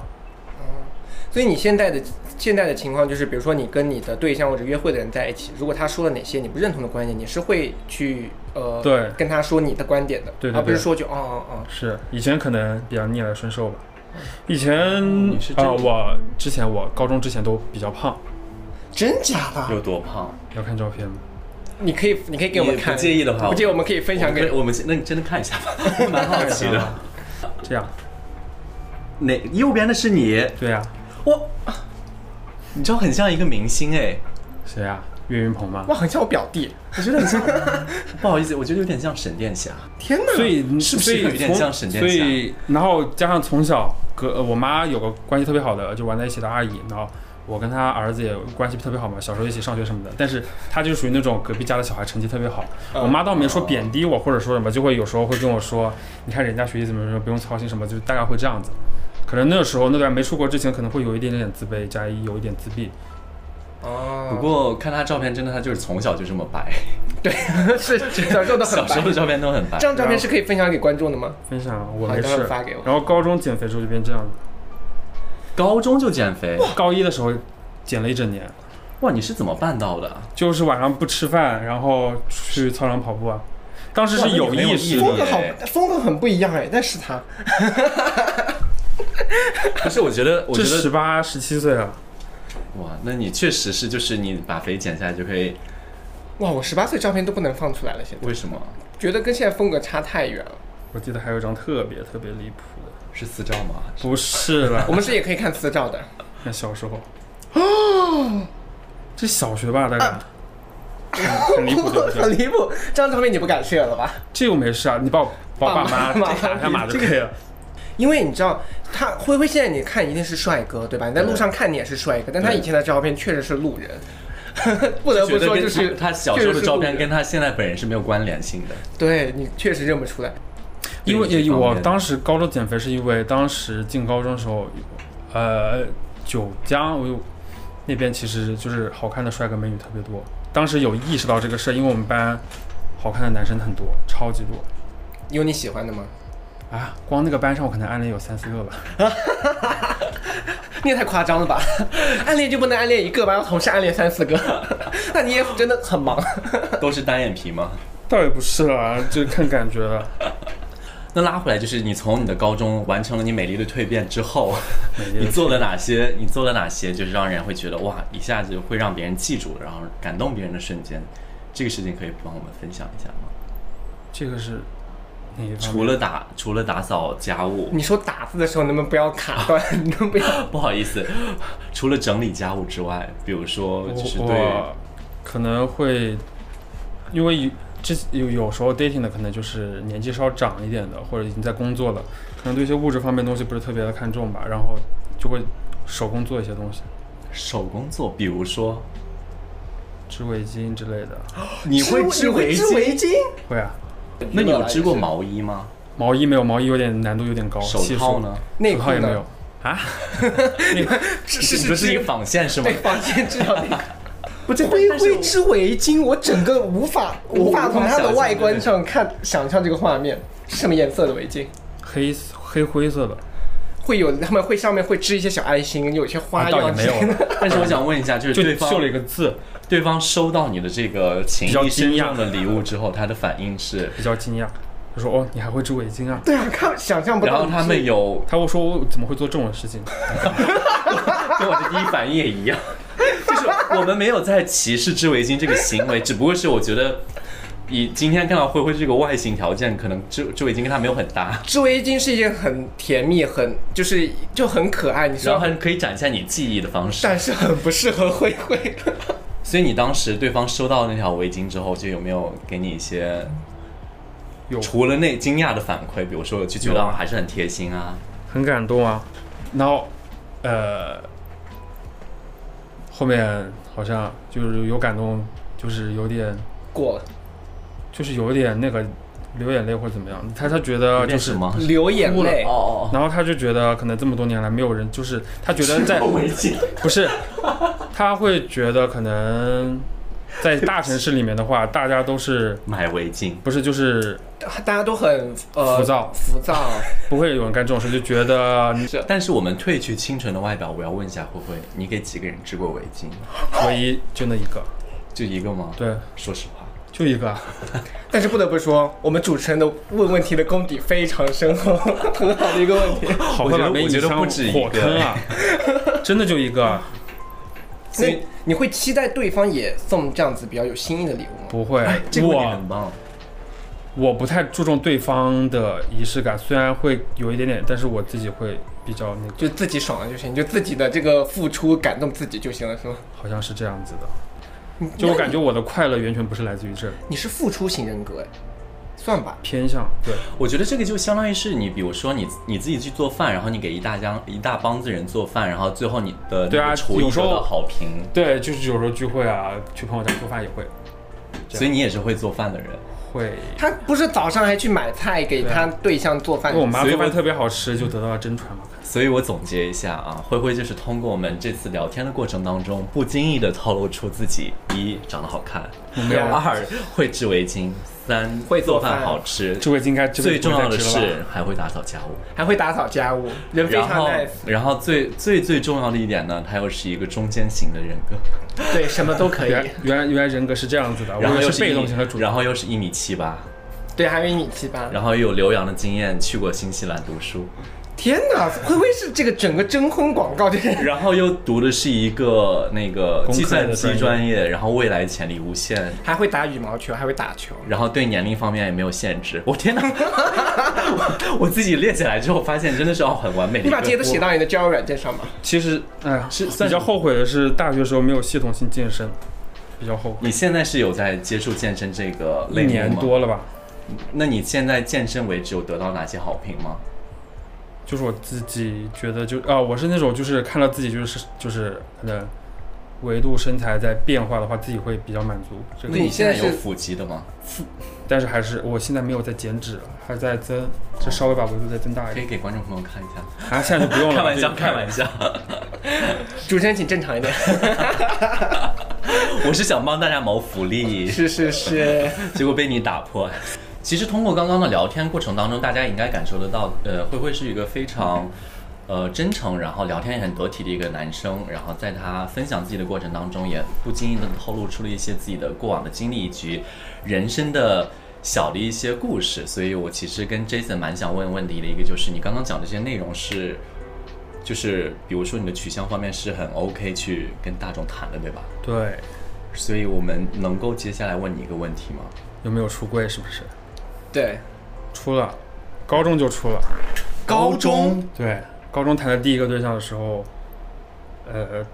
Speaker 1: 所以你现在的现在的情况就是，比如说你跟你的对象或者约会的人在一起，如果他说了哪些你不认同的观点，你是会去呃
Speaker 2: 对
Speaker 1: 跟他说你的观点的，
Speaker 2: 对对
Speaker 1: 而不是
Speaker 2: 对
Speaker 1: 说就哦哦哦，
Speaker 2: 是以前可能比较逆来顺受吧，以前
Speaker 3: 嗯哦你是
Speaker 2: 啊、
Speaker 3: 真的
Speaker 2: 我之前我高中之前都比较胖，
Speaker 1: 真假
Speaker 3: 有
Speaker 1: 的？
Speaker 3: 多胖？
Speaker 2: 要看照片吗？
Speaker 1: 你可以你可以给我们
Speaker 3: 你
Speaker 1: 看，
Speaker 3: 不介意的话
Speaker 1: 不介意我们可以分享
Speaker 3: 我们
Speaker 1: 给
Speaker 3: 可以我们先，那你真的看一下吧，我蛮好奇的。
Speaker 2: 这样，
Speaker 3: 哪右边的是你？
Speaker 2: 对呀、
Speaker 3: 我，你知道很像一个明星哎，
Speaker 2: 谁呀、岳云鹏嘛
Speaker 1: 哇，。很像我表弟，
Speaker 3: 我觉得 很像，不好意思，我觉得有点像沈殿霞。
Speaker 1: 天哪！
Speaker 2: 所以
Speaker 3: 是不是
Speaker 2: 所以
Speaker 3: 有一点
Speaker 2: 从
Speaker 3: 像沈殿
Speaker 2: 所
Speaker 3: 霞
Speaker 2: 以，然后加上从小跟呃我妈有个关系特别好的，就玩在一起的阿姨，然后我跟她儿子也关系特别好嘛，小时候一起上学什么的。但是她就属于那种隔壁家的小孩，成绩特别好。
Speaker 1: 嗯
Speaker 2: 我妈倒没说贬低我或者说什么，就会有时候会跟我说，你看人家学习怎么怎么，不用操心什么，就是大概会这样子。可能那个时候那段没出国之前，可能会有一点点自卑，加一有一点自闭。
Speaker 1: 哦，
Speaker 3: 嗯不过看她照片，真的她就是从小就这么白。
Speaker 1: 对，是小时候都很
Speaker 3: 小时
Speaker 1: 白
Speaker 3: 候。照片 都很白
Speaker 1: 这。张照片是可以分享给观众的吗？
Speaker 2: 分享我
Speaker 1: 好
Speaker 2: 没
Speaker 1: 待会
Speaker 2: 事
Speaker 1: 儿发给我，
Speaker 2: 然后高中减肥时候就变这样，
Speaker 3: 高中就减肥，
Speaker 2: 高一的时候减了一整年，
Speaker 3: 哇，你是怎么办到的？
Speaker 2: 就是晚上不吃饭，然后去操场跑步啊。当时
Speaker 3: 哇那
Speaker 2: 是
Speaker 3: 你
Speaker 2: 有
Speaker 3: 很有
Speaker 2: 意
Speaker 3: 毅
Speaker 2: 识
Speaker 3: 力
Speaker 2: 的，
Speaker 1: 风格好，风格很不一样哎，但是他
Speaker 3: 不是，我觉 得，我
Speaker 2: 这
Speaker 3: 觉
Speaker 2: 十
Speaker 3: 得，
Speaker 2: 八十七岁啊，
Speaker 3: 哇，那你确实是，就是你把肥减下来就可以，
Speaker 1: 哇，我十八岁照片都不能放出来了，现在
Speaker 3: 为什么？
Speaker 1: 觉得跟现在风格差太远 了。
Speaker 2: 我记得还有一张特别特别离谱的，
Speaker 3: 是私照吗？
Speaker 2: 不是啦
Speaker 1: 我，们是也可以看私照 的，
Speaker 2: 那小时候，这小学吧，大概。很很离 谱，对不对？
Speaker 1: 很离谱。这张照片你不敢 share 了吧？
Speaker 2: 这又没事啊，你把我把我爸妈
Speaker 1: 爸妈
Speaker 2: 打下马就可以了。
Speaker 1: 因为你知道，他灰灰现在你看一定是帅哥，对吧？你在路上看你也是帅哥，但他以前的照片确实是路人， 不得不
Speaker 3: 觉得
Speaker 1: 说
Speaker 3: 跟
Speaker 1: 就是
Speaker 3: 他他小时候的照
Speaker 1: 确实是路
Speaker 3: 片
Speaker 1: 人
Speaker 3: 跟他现在本人是没有关联性的。
Speaker 1: 对你确实认不出来。
Speaker 2: 因为
Speaker 3: 对
Speaker 2: 也
Speaker 3: 这方
Speaker 2: 我
Speaker 3: 面
Speaker 2: 当时高中减肥是因为当时进高中的时候，呃，九江我有那边其实就是好看的帅哥美女特别多。当时有意识到这个事，因为我们班好看的男生很多，超级多
Speaker 1: 有你喜欢的吗？
Speaker 2: 啊！光那个班上我可能暗恋有三四个吧。
Speaker 1: 你也太夸张了吧！ 暗恋就不能暗恋一个吧？然后同时暗恋三四个， 那你也真的很 忙。
Speaker 3: 都是单眼皮吗？
Speaker 2: 倒也不是啦，就看感觉 了。
Speaker 3: 那拉回来就是你从你的高中完成了你美丽的蜕变之后，
Speaker 2: 美丽的
Speaker 3: 你做了哪些？你做了哪些就是让人会觉得哇，一下子会让别人记住，然后感动别人的瞬间？这个事情可以帮我们分享一下吗？
Speaker 2: 这个是哪一方面？
Speaker 3: 除了打除了打扫家务，
Speaker 1: 你说打字的时候能不能不要卡断？ 你能不要？
Speaker 3: 不好意思，除了整理家务之外，比如说就是
Speaker 2: 我
Speaker 3: 哦对
Speaker 2: 我可能会，因为有之有有时候 dating 的可能就是年纪稍长一点的，或者已经在工作了，可能对一些物质方面的东西不是特别的看重吧，然后就会手工做一些东西，
Speaker 3: 手工做，比如说
Speaker 2: 织围巾之类的。
Speaker 3: 你会
Speaker 1: 织
Speaker 3: 织
Speaker 1: 你会
Speaker 3: 围
Speaker 1: 织
Speaker 3: 巾，
Speaker 1: 围巾？
Speaker 2: 会啊，
Speaker 3: 那你有织过毛衣吗？
Speaker 2: 毛衣没有，毛衣有点难度有点高，
Speaker 3: 手
Speaker 2: 系数
Speaker 3: 套呢？？
Speaker 1: 内
Speaker 2: 手
Speaker 1: 裤
Speaker 2: 套也没
Speaker 1: 呢
Speaker 2: 有？啊？
Speaker 1: 是是
Speaker 3: 你不
Speaker 1: 是
Speaker 3: 是一个纺线是吗
Speaker 1: 对，？房间知道那个。不是
Speaker 3: 但
Speaker 1: 灰
Speaker 3: 是
Speaker 1: 灰
Speaker 3: 我
Speaker 1: 织围巾，我整个无法
Speaker 3: 我
Speaker 1: 无法
Speaker 3: 无法
Speaker 1: 从它的
Speaker 3: 想
Speaker 1: 外
Speaker 3: 象
Speaker 1: 观
Speaker 3: 对
Speaker 1: 上看想象这个画面是什么颜色的围巾，
Speaker 2: 黑黑灰色的，
Speaker 1: 会有他们会上面会织一些小爱心，有一些花
Speaker 2: 啊倒也
Speaker 1: 样之
Speaker 2: 没
Speaker 1: 类的。
Speaker 2: 有 了，
Speaker 3: 但是我想问一下，就是
Speaker 2: 就
Speaker 3: 对方
Speaker 2: 绣了一个字，
Speaker 3: 对方收到你的这个情
Speaker 2: 比较
Speaker 3: 意
Speaker 2: 惊
Speaker 3: 深
Speaker 2: 讶
Speaker 3: 重的礼物之后，他的反应是，
Speaker 2: 比较惊讶。他说：“哦，你还会织围巾啊
Speaker 1: 对啊，看想象不到。
Speaker 3: 然后他们
Speaker 1: 有，
Speaker 3: 有？”
Speaker 2: 他会说：“我怎么会做这种事情？”
Speaker 3: 跟我的第一反应也一样， 就是我们没有在歧视织围巾这个 行为，只不过是我觉得。以今天看到慧慧这个外形条件，可能织织围巾跟她没有很搭，
Speaker 1: 织围巾是一件很甜蜜、很就是就很可爱，你知
Speaker 3: 然后
Speaker 1: 道，
Speaker 3: 很可以展现你记忆的方式。
Speaker 1: 但是很不适合灰 灰。
Speaker 3: 所以你当时对方收到那条围巾之后，就有没有给你一些
Speaker 2: 有
Speaker 3: 除了那惊讶的反馈，比如说就觉得
Speaker 2: 有
Speaker 3: 啊还是很贴心啊，
Speaker 2: 很感动啊。然后，呃，后面好像就是有感动，就是有点，
Speaker 1: 过了，
Speaker 2: 就是有点那个流眼泪或者怎么样。他他觉得呃就
Speaker 3: 那
Speaker 2: 是
Speaker 3: 什，么？
Speaker 1: 流眼
Speaker 3: 哭了
Speaker 1: 泪
Speaker 3: 哦，哦
Speaker 2: 然后他就觉得可能这么多年来没有人，就是他觉得 在
Speaker 3: 哦，围巾。
Speaker 2: 不是，他会觉得可能在大城市里面的话，大家都是
Speaker 3: 买围巾，
Speaker 2: 不是就是
Speaker 1: 大家都很呃
Speaker 2: 浮躁
Speaker 1: 浮躁。
Speaker 2: 不会有人干这种事，就觉得你
Speaker 3: 但是我们褪去清纯的外表，我要问一下慧慧，你给几个人织过围巾？
Speaker 2: 唯一就那一个，
Speaker 3: 就一个吗？，
Speaker 2: 对，
Speaker 3: 说实话，
Speaker 2: 就一个。啊
Speaker 1: 但是不得不说，我们主持人的问问题的功底非常深厚， 很好的一个问 题。
Speaker 2: 好
Speaker 3: 我
Speaker 2: 快把
Speaker 3: 觉得
Speaker 2: 美
Speaker 3: 我
Speaker 2: 女
Speaker 3: 觉得
Speaker 2: 上
Speaker 3: 不止一
Speaker 2: 火
Speaker 3: 个
Speaker 2: 坑啊！ 真的就一个，啊
Speaker 1: 那你会期待对方也送这样子比较有心意的礼物吗？
Speaker 2: 不会
Speaker 3: 哎， 这个你很
Speaker 2: 我
Speaker 3: 棒。
Speaker 2: 我不太注重对方的仪式感，虽然会有一点点，但是我自己会比较那个，
Speaker 1: 就自己爽了就行，就自己的这个付出感动自己就行了，是吗？
Speaker 2: 好像是这样子的。
Speaker 1: 你
Speaker 2: 就我感觉我的快乐源泉不是来自于这，
Speaker 1: 你是付出型人格，哎，算吧。
Speaker 2: 偏向对，
Speaker 3: 我觉得这个就相当于是你，比如说你你自己去做饭，然后你给一大家一大帮子人做饭，然后最后你的
Speaker 2: 对啊
Speaker 3: 那个厨艺
Speaker 2: 有时
Speaker 3: 得
Speaker 2: 候
Speaker 3: 到好评，
Speaker 2: 对，就是有时候聚会啊，去朋友家做饭也会
Speaker 3: 所以你也是会做饭的人。
Speaker 2: 会，
Speaker 1: 他不是早上还去买菜给他对象做饭
Speaker 2: 因为，我妈
Speaker 3: 所以
Speaker 2: 做
Speaker 3: 我
Speaker 2: 饭特别好吃，就得到了真传嘛。
Speaker 3: 所以我总结一下啊，灰灰就是通过我们这次聊天的过程当中，不经意的透露出自己：一长得好看，
Speaker 2: 嗯啊
Speaker 3: 二会织围巾，三
Speaker 1: 会做
Speaker 3: 饭
Speaker 1: 饭
Speaker 3: 好吃，
Speaker 2: 这辈子应该这辈
Speaker 3: 最
Speaker 2: 子
Speaker 3: 重
Speaker 2: 不会
Speaker 3: 要
Speaker 2: 再
Speaker 3: 的
Speaker 2: 吃了吧
Speaker 3: 是还会打扫家务。
Speaker 1: 还会打扫家务，人非
Speaker 3: 然
Speaker 1: 常
Speaker 3: 后
Speaker 1: nice，，
Speaker 3: 然后最最最重要的一点呢，他又是一个中间型的人格，
Speaker 2: 啊
Speaker 1: 对，什么都可以。
Speaker 2: 原原来原来人格是这样子的，我
Speaker 3: 然后
Speaker 2: 以
Speaker 3: 又
Speaker 2: 为
Speaker 3: 是
Speaker 2: 是被
Speaker 3: 一
Speaker 2: 动型和主动。
Speaker 3: 然后又是一米七八，
Speaker 1: 对，还有一米七八。
Speaker 3: 然后又有留洋的经验，去过新西兰读 书，
Speaker 1: 天哪，灰灰是这个整个征婚广告， 就是
Speaker 3: 然后又读的是一个那个
Speaker 2: 工科
Speaker 3: 计算
Speaker 2: 的专
Speaker 3: 机
Speaker 2: 业
Speaker 3: 专业，然后未来潜力无限，
Speaker 1: 还会打羽毛球，还会打球。
Speaker 3: 然后对年龄方面也没有限制。 我天哪！我我自己列起来之后，发现真的是要很完美的
Speaker 1: 你
Speaker 3: 一个
Speaker 1: 把
Speaker 3: 锅。
Speaker 1: 这些都写到你的交友软件上吗？
Speaker 2: 其实，哎呀，
Speaker 3: 是算
Speaker 2: 比较后悔的是大学时候没有系统性健身，比较后悔。
Speaker 3: 你现在是有在接触健身这个
Speaker 2: 一
Speaker 3: 类目吗
Speaker 2: 年多了吧，
Speaker 3: 那你现在健身为止有得到哪些好评吗？
Speaker 2: 就是我自己觉得就啊，我是那种就是看到自己就是就是可能维度身材在变化的话，自己会比较满足。这个
Speaker 1: 你
Speaker 3: 你现在
Speaker 1: 现在
Speaker 3: 有
Speaker 1: 是
Speaker 3: 腹肌的吗？
Speaker 2: 但是还是我现在没有在减脂了，还是在增，就稍微把维度再增大一
Speaker 3: 可以
Speaker 2: 点。
Speaker 3: 给观众朋友看一下。
Speaker 2: 啊，现在就不用了，
Speaker 3: 开玩笑，
Speaker 2: 就
Speaker 3: 开玩。笑。
Speaker 1: 主持人请正常一 点。
Speaker 3: 我是想帮大家谋福利，
Speaker 1: 是是是，
Speaker 3: 结果被你打破。其实通过刚刚的聊天过程当中，大家应该感受得到，呃，灰灰是一个非常。呃，真诚，然后聊天也很得体的一个男生，然后在他分享自己的过程当中，也不经意的透露出了一些自己的过往的经历以及人生的小的一些故事。所以我其实跟 Jason 蛮想问问题的一个，就是你刚刚讲的这些内容是，就是比如说你的取向方面是很 OK 去跟大众谈的，对吧？
Speaker 2: 对，
Speaker 3: 所以我们能够接下来问你一个问题吗？
Speaker 2: 有没有出柜？是不是
Speaker 1: 对，
Speaker 2: 出了？高中就出了。
Speaker 1: 高中
Speaker 2: 对，高中谈的第一个对象的时候，呃，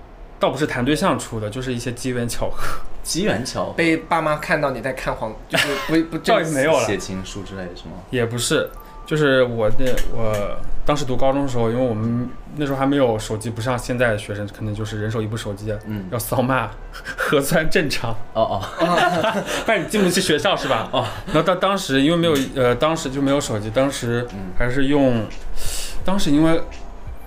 Speaker 2: 倒不是谈对象出的，就是一些机缘巧合。
Speaker 3: 机缘巧合
Speaker 1: 被爸妈看到你在看黄，就是不不
Speaker 2: 倒也
Speaker 1: 正
Speaker 2: 没有了，
Speaker 3: 写情书之类的是吗？
Speaker 2: 也不是，就是我的我当时读高中的时候，因为我们那时候还没有手机，不像现在的学生肯定就是人手一部手机，
Speaker 3: 嗯
Speaker 2: 要扫码 核酸正常，
Speaker 3: 哦哦，
Speaker 2: 不然你进不去学校是吧？
Speaker 3: 哦，
Speaker 2: 然后当当时因为没有呃，当时就没有手机，当时
Speaker 3: 嗯
Speaker 2: 还是用，当时因为。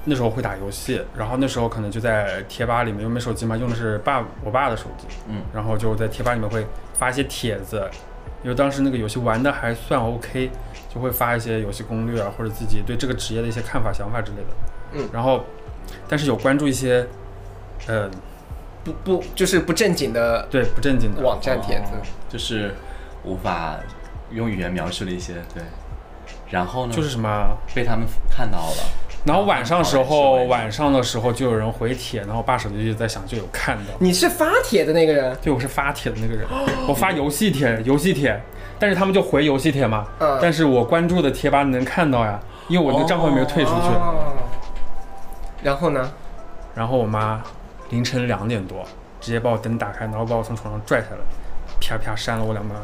Speaker 2: 那时候会打游戏，然后那时候可能就在贴吧里面，因为没手机嘛，用的是爸我爸的手机，
Speaker 3: 嗯，
Speaker 2: 然后就在贴吧里面会发一些帖子，因为当时那个游戏玩的还算 OK，就会发一些游戏攻略啊，或者自己对这个职业的一些看法、想法之类的。
Speaker 1: 嗯，
Speaker 2: 然后但是有关注一些，呃，
Speaker 1: 不不就是不正经的
Speaker 2: 对不正经的，
Speaker 1: 网站帖子。
Speaker 3: 哦就是无法用语言描述的一些对，然后呢，
Speaker 2: 就是什么。
Speaker 3: 被他们看到了，
Speaker 2: 然后晚上时
Speaker 3: 好
Speaker 2: 候，
Speaker 3: 嘞
Speaker 2: 晚上的时候就有人回帖，然后我爸手机一直在响，就有看到。
Speaker 1: 你是发帖的那个人，
Speaker 2: 对，我是发帖的那个人，我发游戏帖，游戏帖，但是他们就回游戏帖嘛。
Speaker 1: 嗯
Speaker 2: 但是我关注的贴吧能看到呀，因为我那个账号没有退出去。
Speaker 1: 哦然后呢？
Speaker 2: 哦然后我妈凌晨两点多直接把我灯打开，然后把我从床上拽下来，啪啪扇了我两巴掌。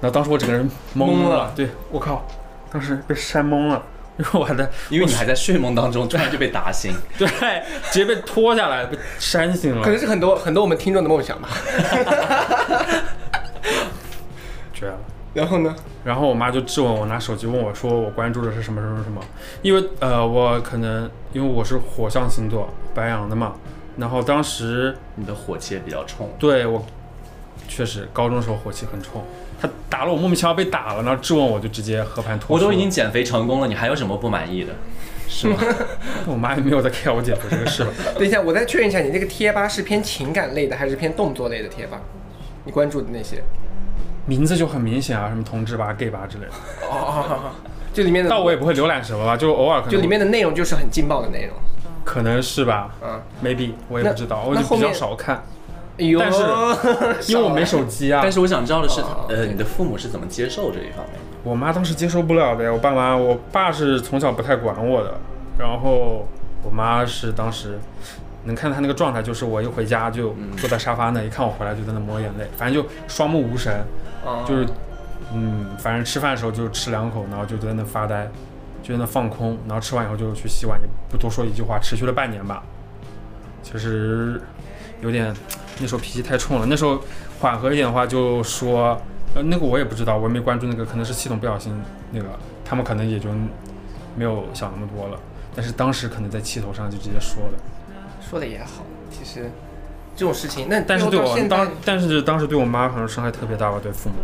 Speaker 2: 然后当时我整个人
Speaker 1: 懵
Speaker 2: 懵
Speaker 1: 了
Speaker 2: 对我靠，当时被扇懵了，因为我还在，
Speaker 3: 因为你还在睡梦当中，突然就被打醒，
Speaker 2: 对，直接被拖下来，被扇醒
Speaker 1: 可能
Speaker 2: 了，
Speaker 1: 是很多很多我们听众的梦想吧。
Speaker 2: 绝了。
Speaker 1: 然后呢？
Speaker 2: 然后我妈就质问我，拿手机问我说我关注的是什么什么什么，因为呃我可能因为我是火象星座白羊的嘛，然后当时
Speaker 3: 你的火气也比较冲。
Speaker 2: 对我确实高中时候火气很冲，他打了我莫名其妙被打了，然后质问我就直接和盘托
Speaker 3: 我啊
Speaker 2: 出。
Speaker 3: 都已经，减肥成功了，你还有什么不满意的？是吗？
Speaker 2: 我妈也没有在 care 我姐夫这个事了。
Speaker 1: 等一下，我再确认一下，你那个贴吧是偏情感类的还是偏动作类的贴吧？你关注的那些？
Speaker 2: 名字就很明显啊，啊什么同志吧、gay 吧之类的，
Speaker 1: 哦哦哦，哦就里面的，
Speaker 2: 但我也不会浏览什么吧，就偶尔可能
Speaker 1: 就里面的内容就是很劲爆的内容。
Speaker 2: 可能是吧
Speaker 1: 嗯，
Speaker 2: ，maybe 我也
Speaker 1: 那
Speaker 2: 不知道，我
Speaker 1: 那
Speaker 2: 就
Speaker 1: 后
Speaker 2: 比较
Speaker 1: 面
Speaker 2: 少看，
Speaker 1: 哎呦，
Speaker 2: 但是因为我没
Speaker 1: 少
Speaker 2: 手机啊。
Speaker 3: 但是我想知道的是，
Speaker 1: 哦
Speaker 3: 呃，你的父母是怎么接受这一方面的？
Speaker 2: 我妈当时接受不了的呀，我爸妈，我爸是从小不太管我的，然后我妈是当时能看她那个状态，就是我一回家就坐在沙发那，一看我回来就在那抹眼泪，反正就双目无神，
Speaker 1: 哦
Speaker 2: 就是嗯，反正吃饭的时候就吃两口，然后就在那发呆，就在那放空，然后吃完以后就去洗碗，也不多说一句话，持续了半年吧。其实有点那时候脾气太冲了，那时候缓和一点的话就说呃，那个我也不知道，我也没关注那个，可能是系统不小心那个，他们可能也就没有想那么多了。但是当时可能在气头上就直接说了，
Speaker 1: 说的也好，其实这种事情，那
Speaker 2: 但是对
Speaker 1: 到
Speaker 2: 我
Speaker 1: 现在
Speaker 2: 当，但是当时对我妈可能伤害特别大吧，对父母。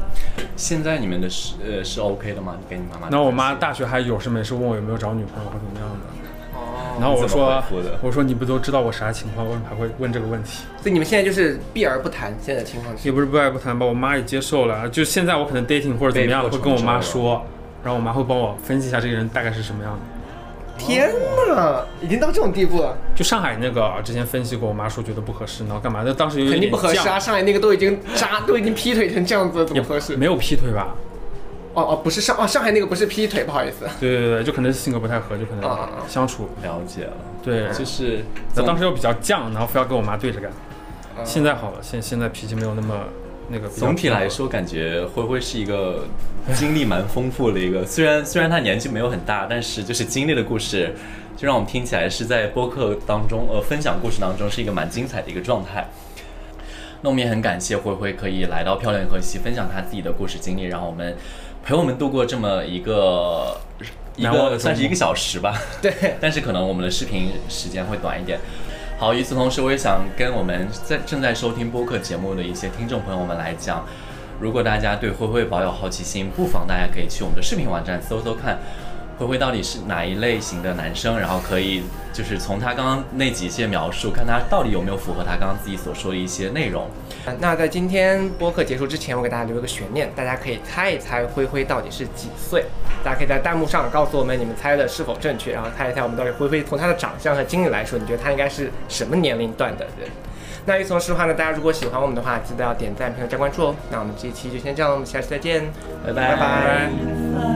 Speaker 3: 现在你们的是呃是 OK 的吗？你跟你妈妈的关系？
Speaker 2: 然后我妈大学还有事没事问我有没有找女朋友或怎么样的，
Speaker 1: 哦，
Speaker 2: 然后我
Speaker 3: 你怎么
Speaker 2: 说
Speaker 3: 回复的
Speaker 2: 我说你不都知道我啥情况，为什么还会问这个问题？
Speaker 1: 所以你们现在就是避而不谈，现在的情况是
Speaker 2: 也不是不爱不谈吧，我妈也接受了。就现在我可能 dating 或者怎么样，
Speaker 3: 被迫
Speaker 2: 会跟我妈
Speaker 3: 承受
Speaker 2: 说，然后我妈会帮我分析一下这个人大概是什么样的。
Speaker 1: 天哪，已经到这种地步了，
Speaker 2: 就上海那个啊之前分析过，我妈说觉得不合适，然后干嘛？那当时有
Speaker 1: 肯定
Speaker 2: 点
Speaker 1: 不合适
Speaker 2: 犟
Speaker 1: 啊！上海那个都已经渣，都已经劈腿成这样子了，怎
Speaker 2: 也
Speaker 1: 么合适？
Speaker 2: 没有劈腿吧？
Speaker 1: 哦哦，不是上哦，上海那个不是劈腿，不好意思。
Speaker 2: 对对对，就可能性格不太合，就可
Speaker 1: 啊啊啊
Speaker 2: 能相处。
Speaker 3: 了解了，
Speaker 2: 对，就
Speaker 3: 就是是
Speaker 2: 那当时又比较犟，然后非要跟我妈对着干。
Speaker 1: 嗯
Speaker 2: 现在好了，现现在脾气没有那么那个。
Speaker 3: 总体来，说，感觉灰灰是一个经历蛮丰富的一个， 虽然虽然他年纪没有很大，但是就是经历的故事，就让我们听起来是在播客当中，呃，分享故事当中是一个蛮精彩的一个状态。那我们也很感谢灰灰可以来到漂亮银河系，分享他自己的故事经历，然后我们陪我们度过这么一个一
Speaker 2: 难忘的周
Speaker 3: 个
Speaker 2: 末
Speaker 3: 算是一个小时吧。
Speaker 1: 对，
Speaker 3: 但是可能我们的视频时间会短一点。好，与此同时，我也想跟我们在正在收听播客节目的一些听众朋友们来讲，如果大家对灰灰保有好奇心，不妨大家可以去我们的视频网站搜搜看，灰灰到底是哪一类型的男生，然后可以就是从他刚刚那几些描述，看他到底有没有符合他刚刚自己所说的一些内容。
Speaker 1: 呃那在今天播客结束之前，我给大家留一个悬念，大家可以猜一猜灰灰到底是几岁。大家可以在弹幕上告诉我们你们猜的是否正确，然后猜一猜我们到底灰灰从他的长相和经历来说，你觉得他应该是什么年龄段的人？那与此同时的话呢，大家如果喜欢我们的话，记得要点赞、评论、加关注哦。那我们这一期就先这样，我们下期再见，
Speaker 3: 拜拜
Speaker 1: 拜拜
Speaker 4: If I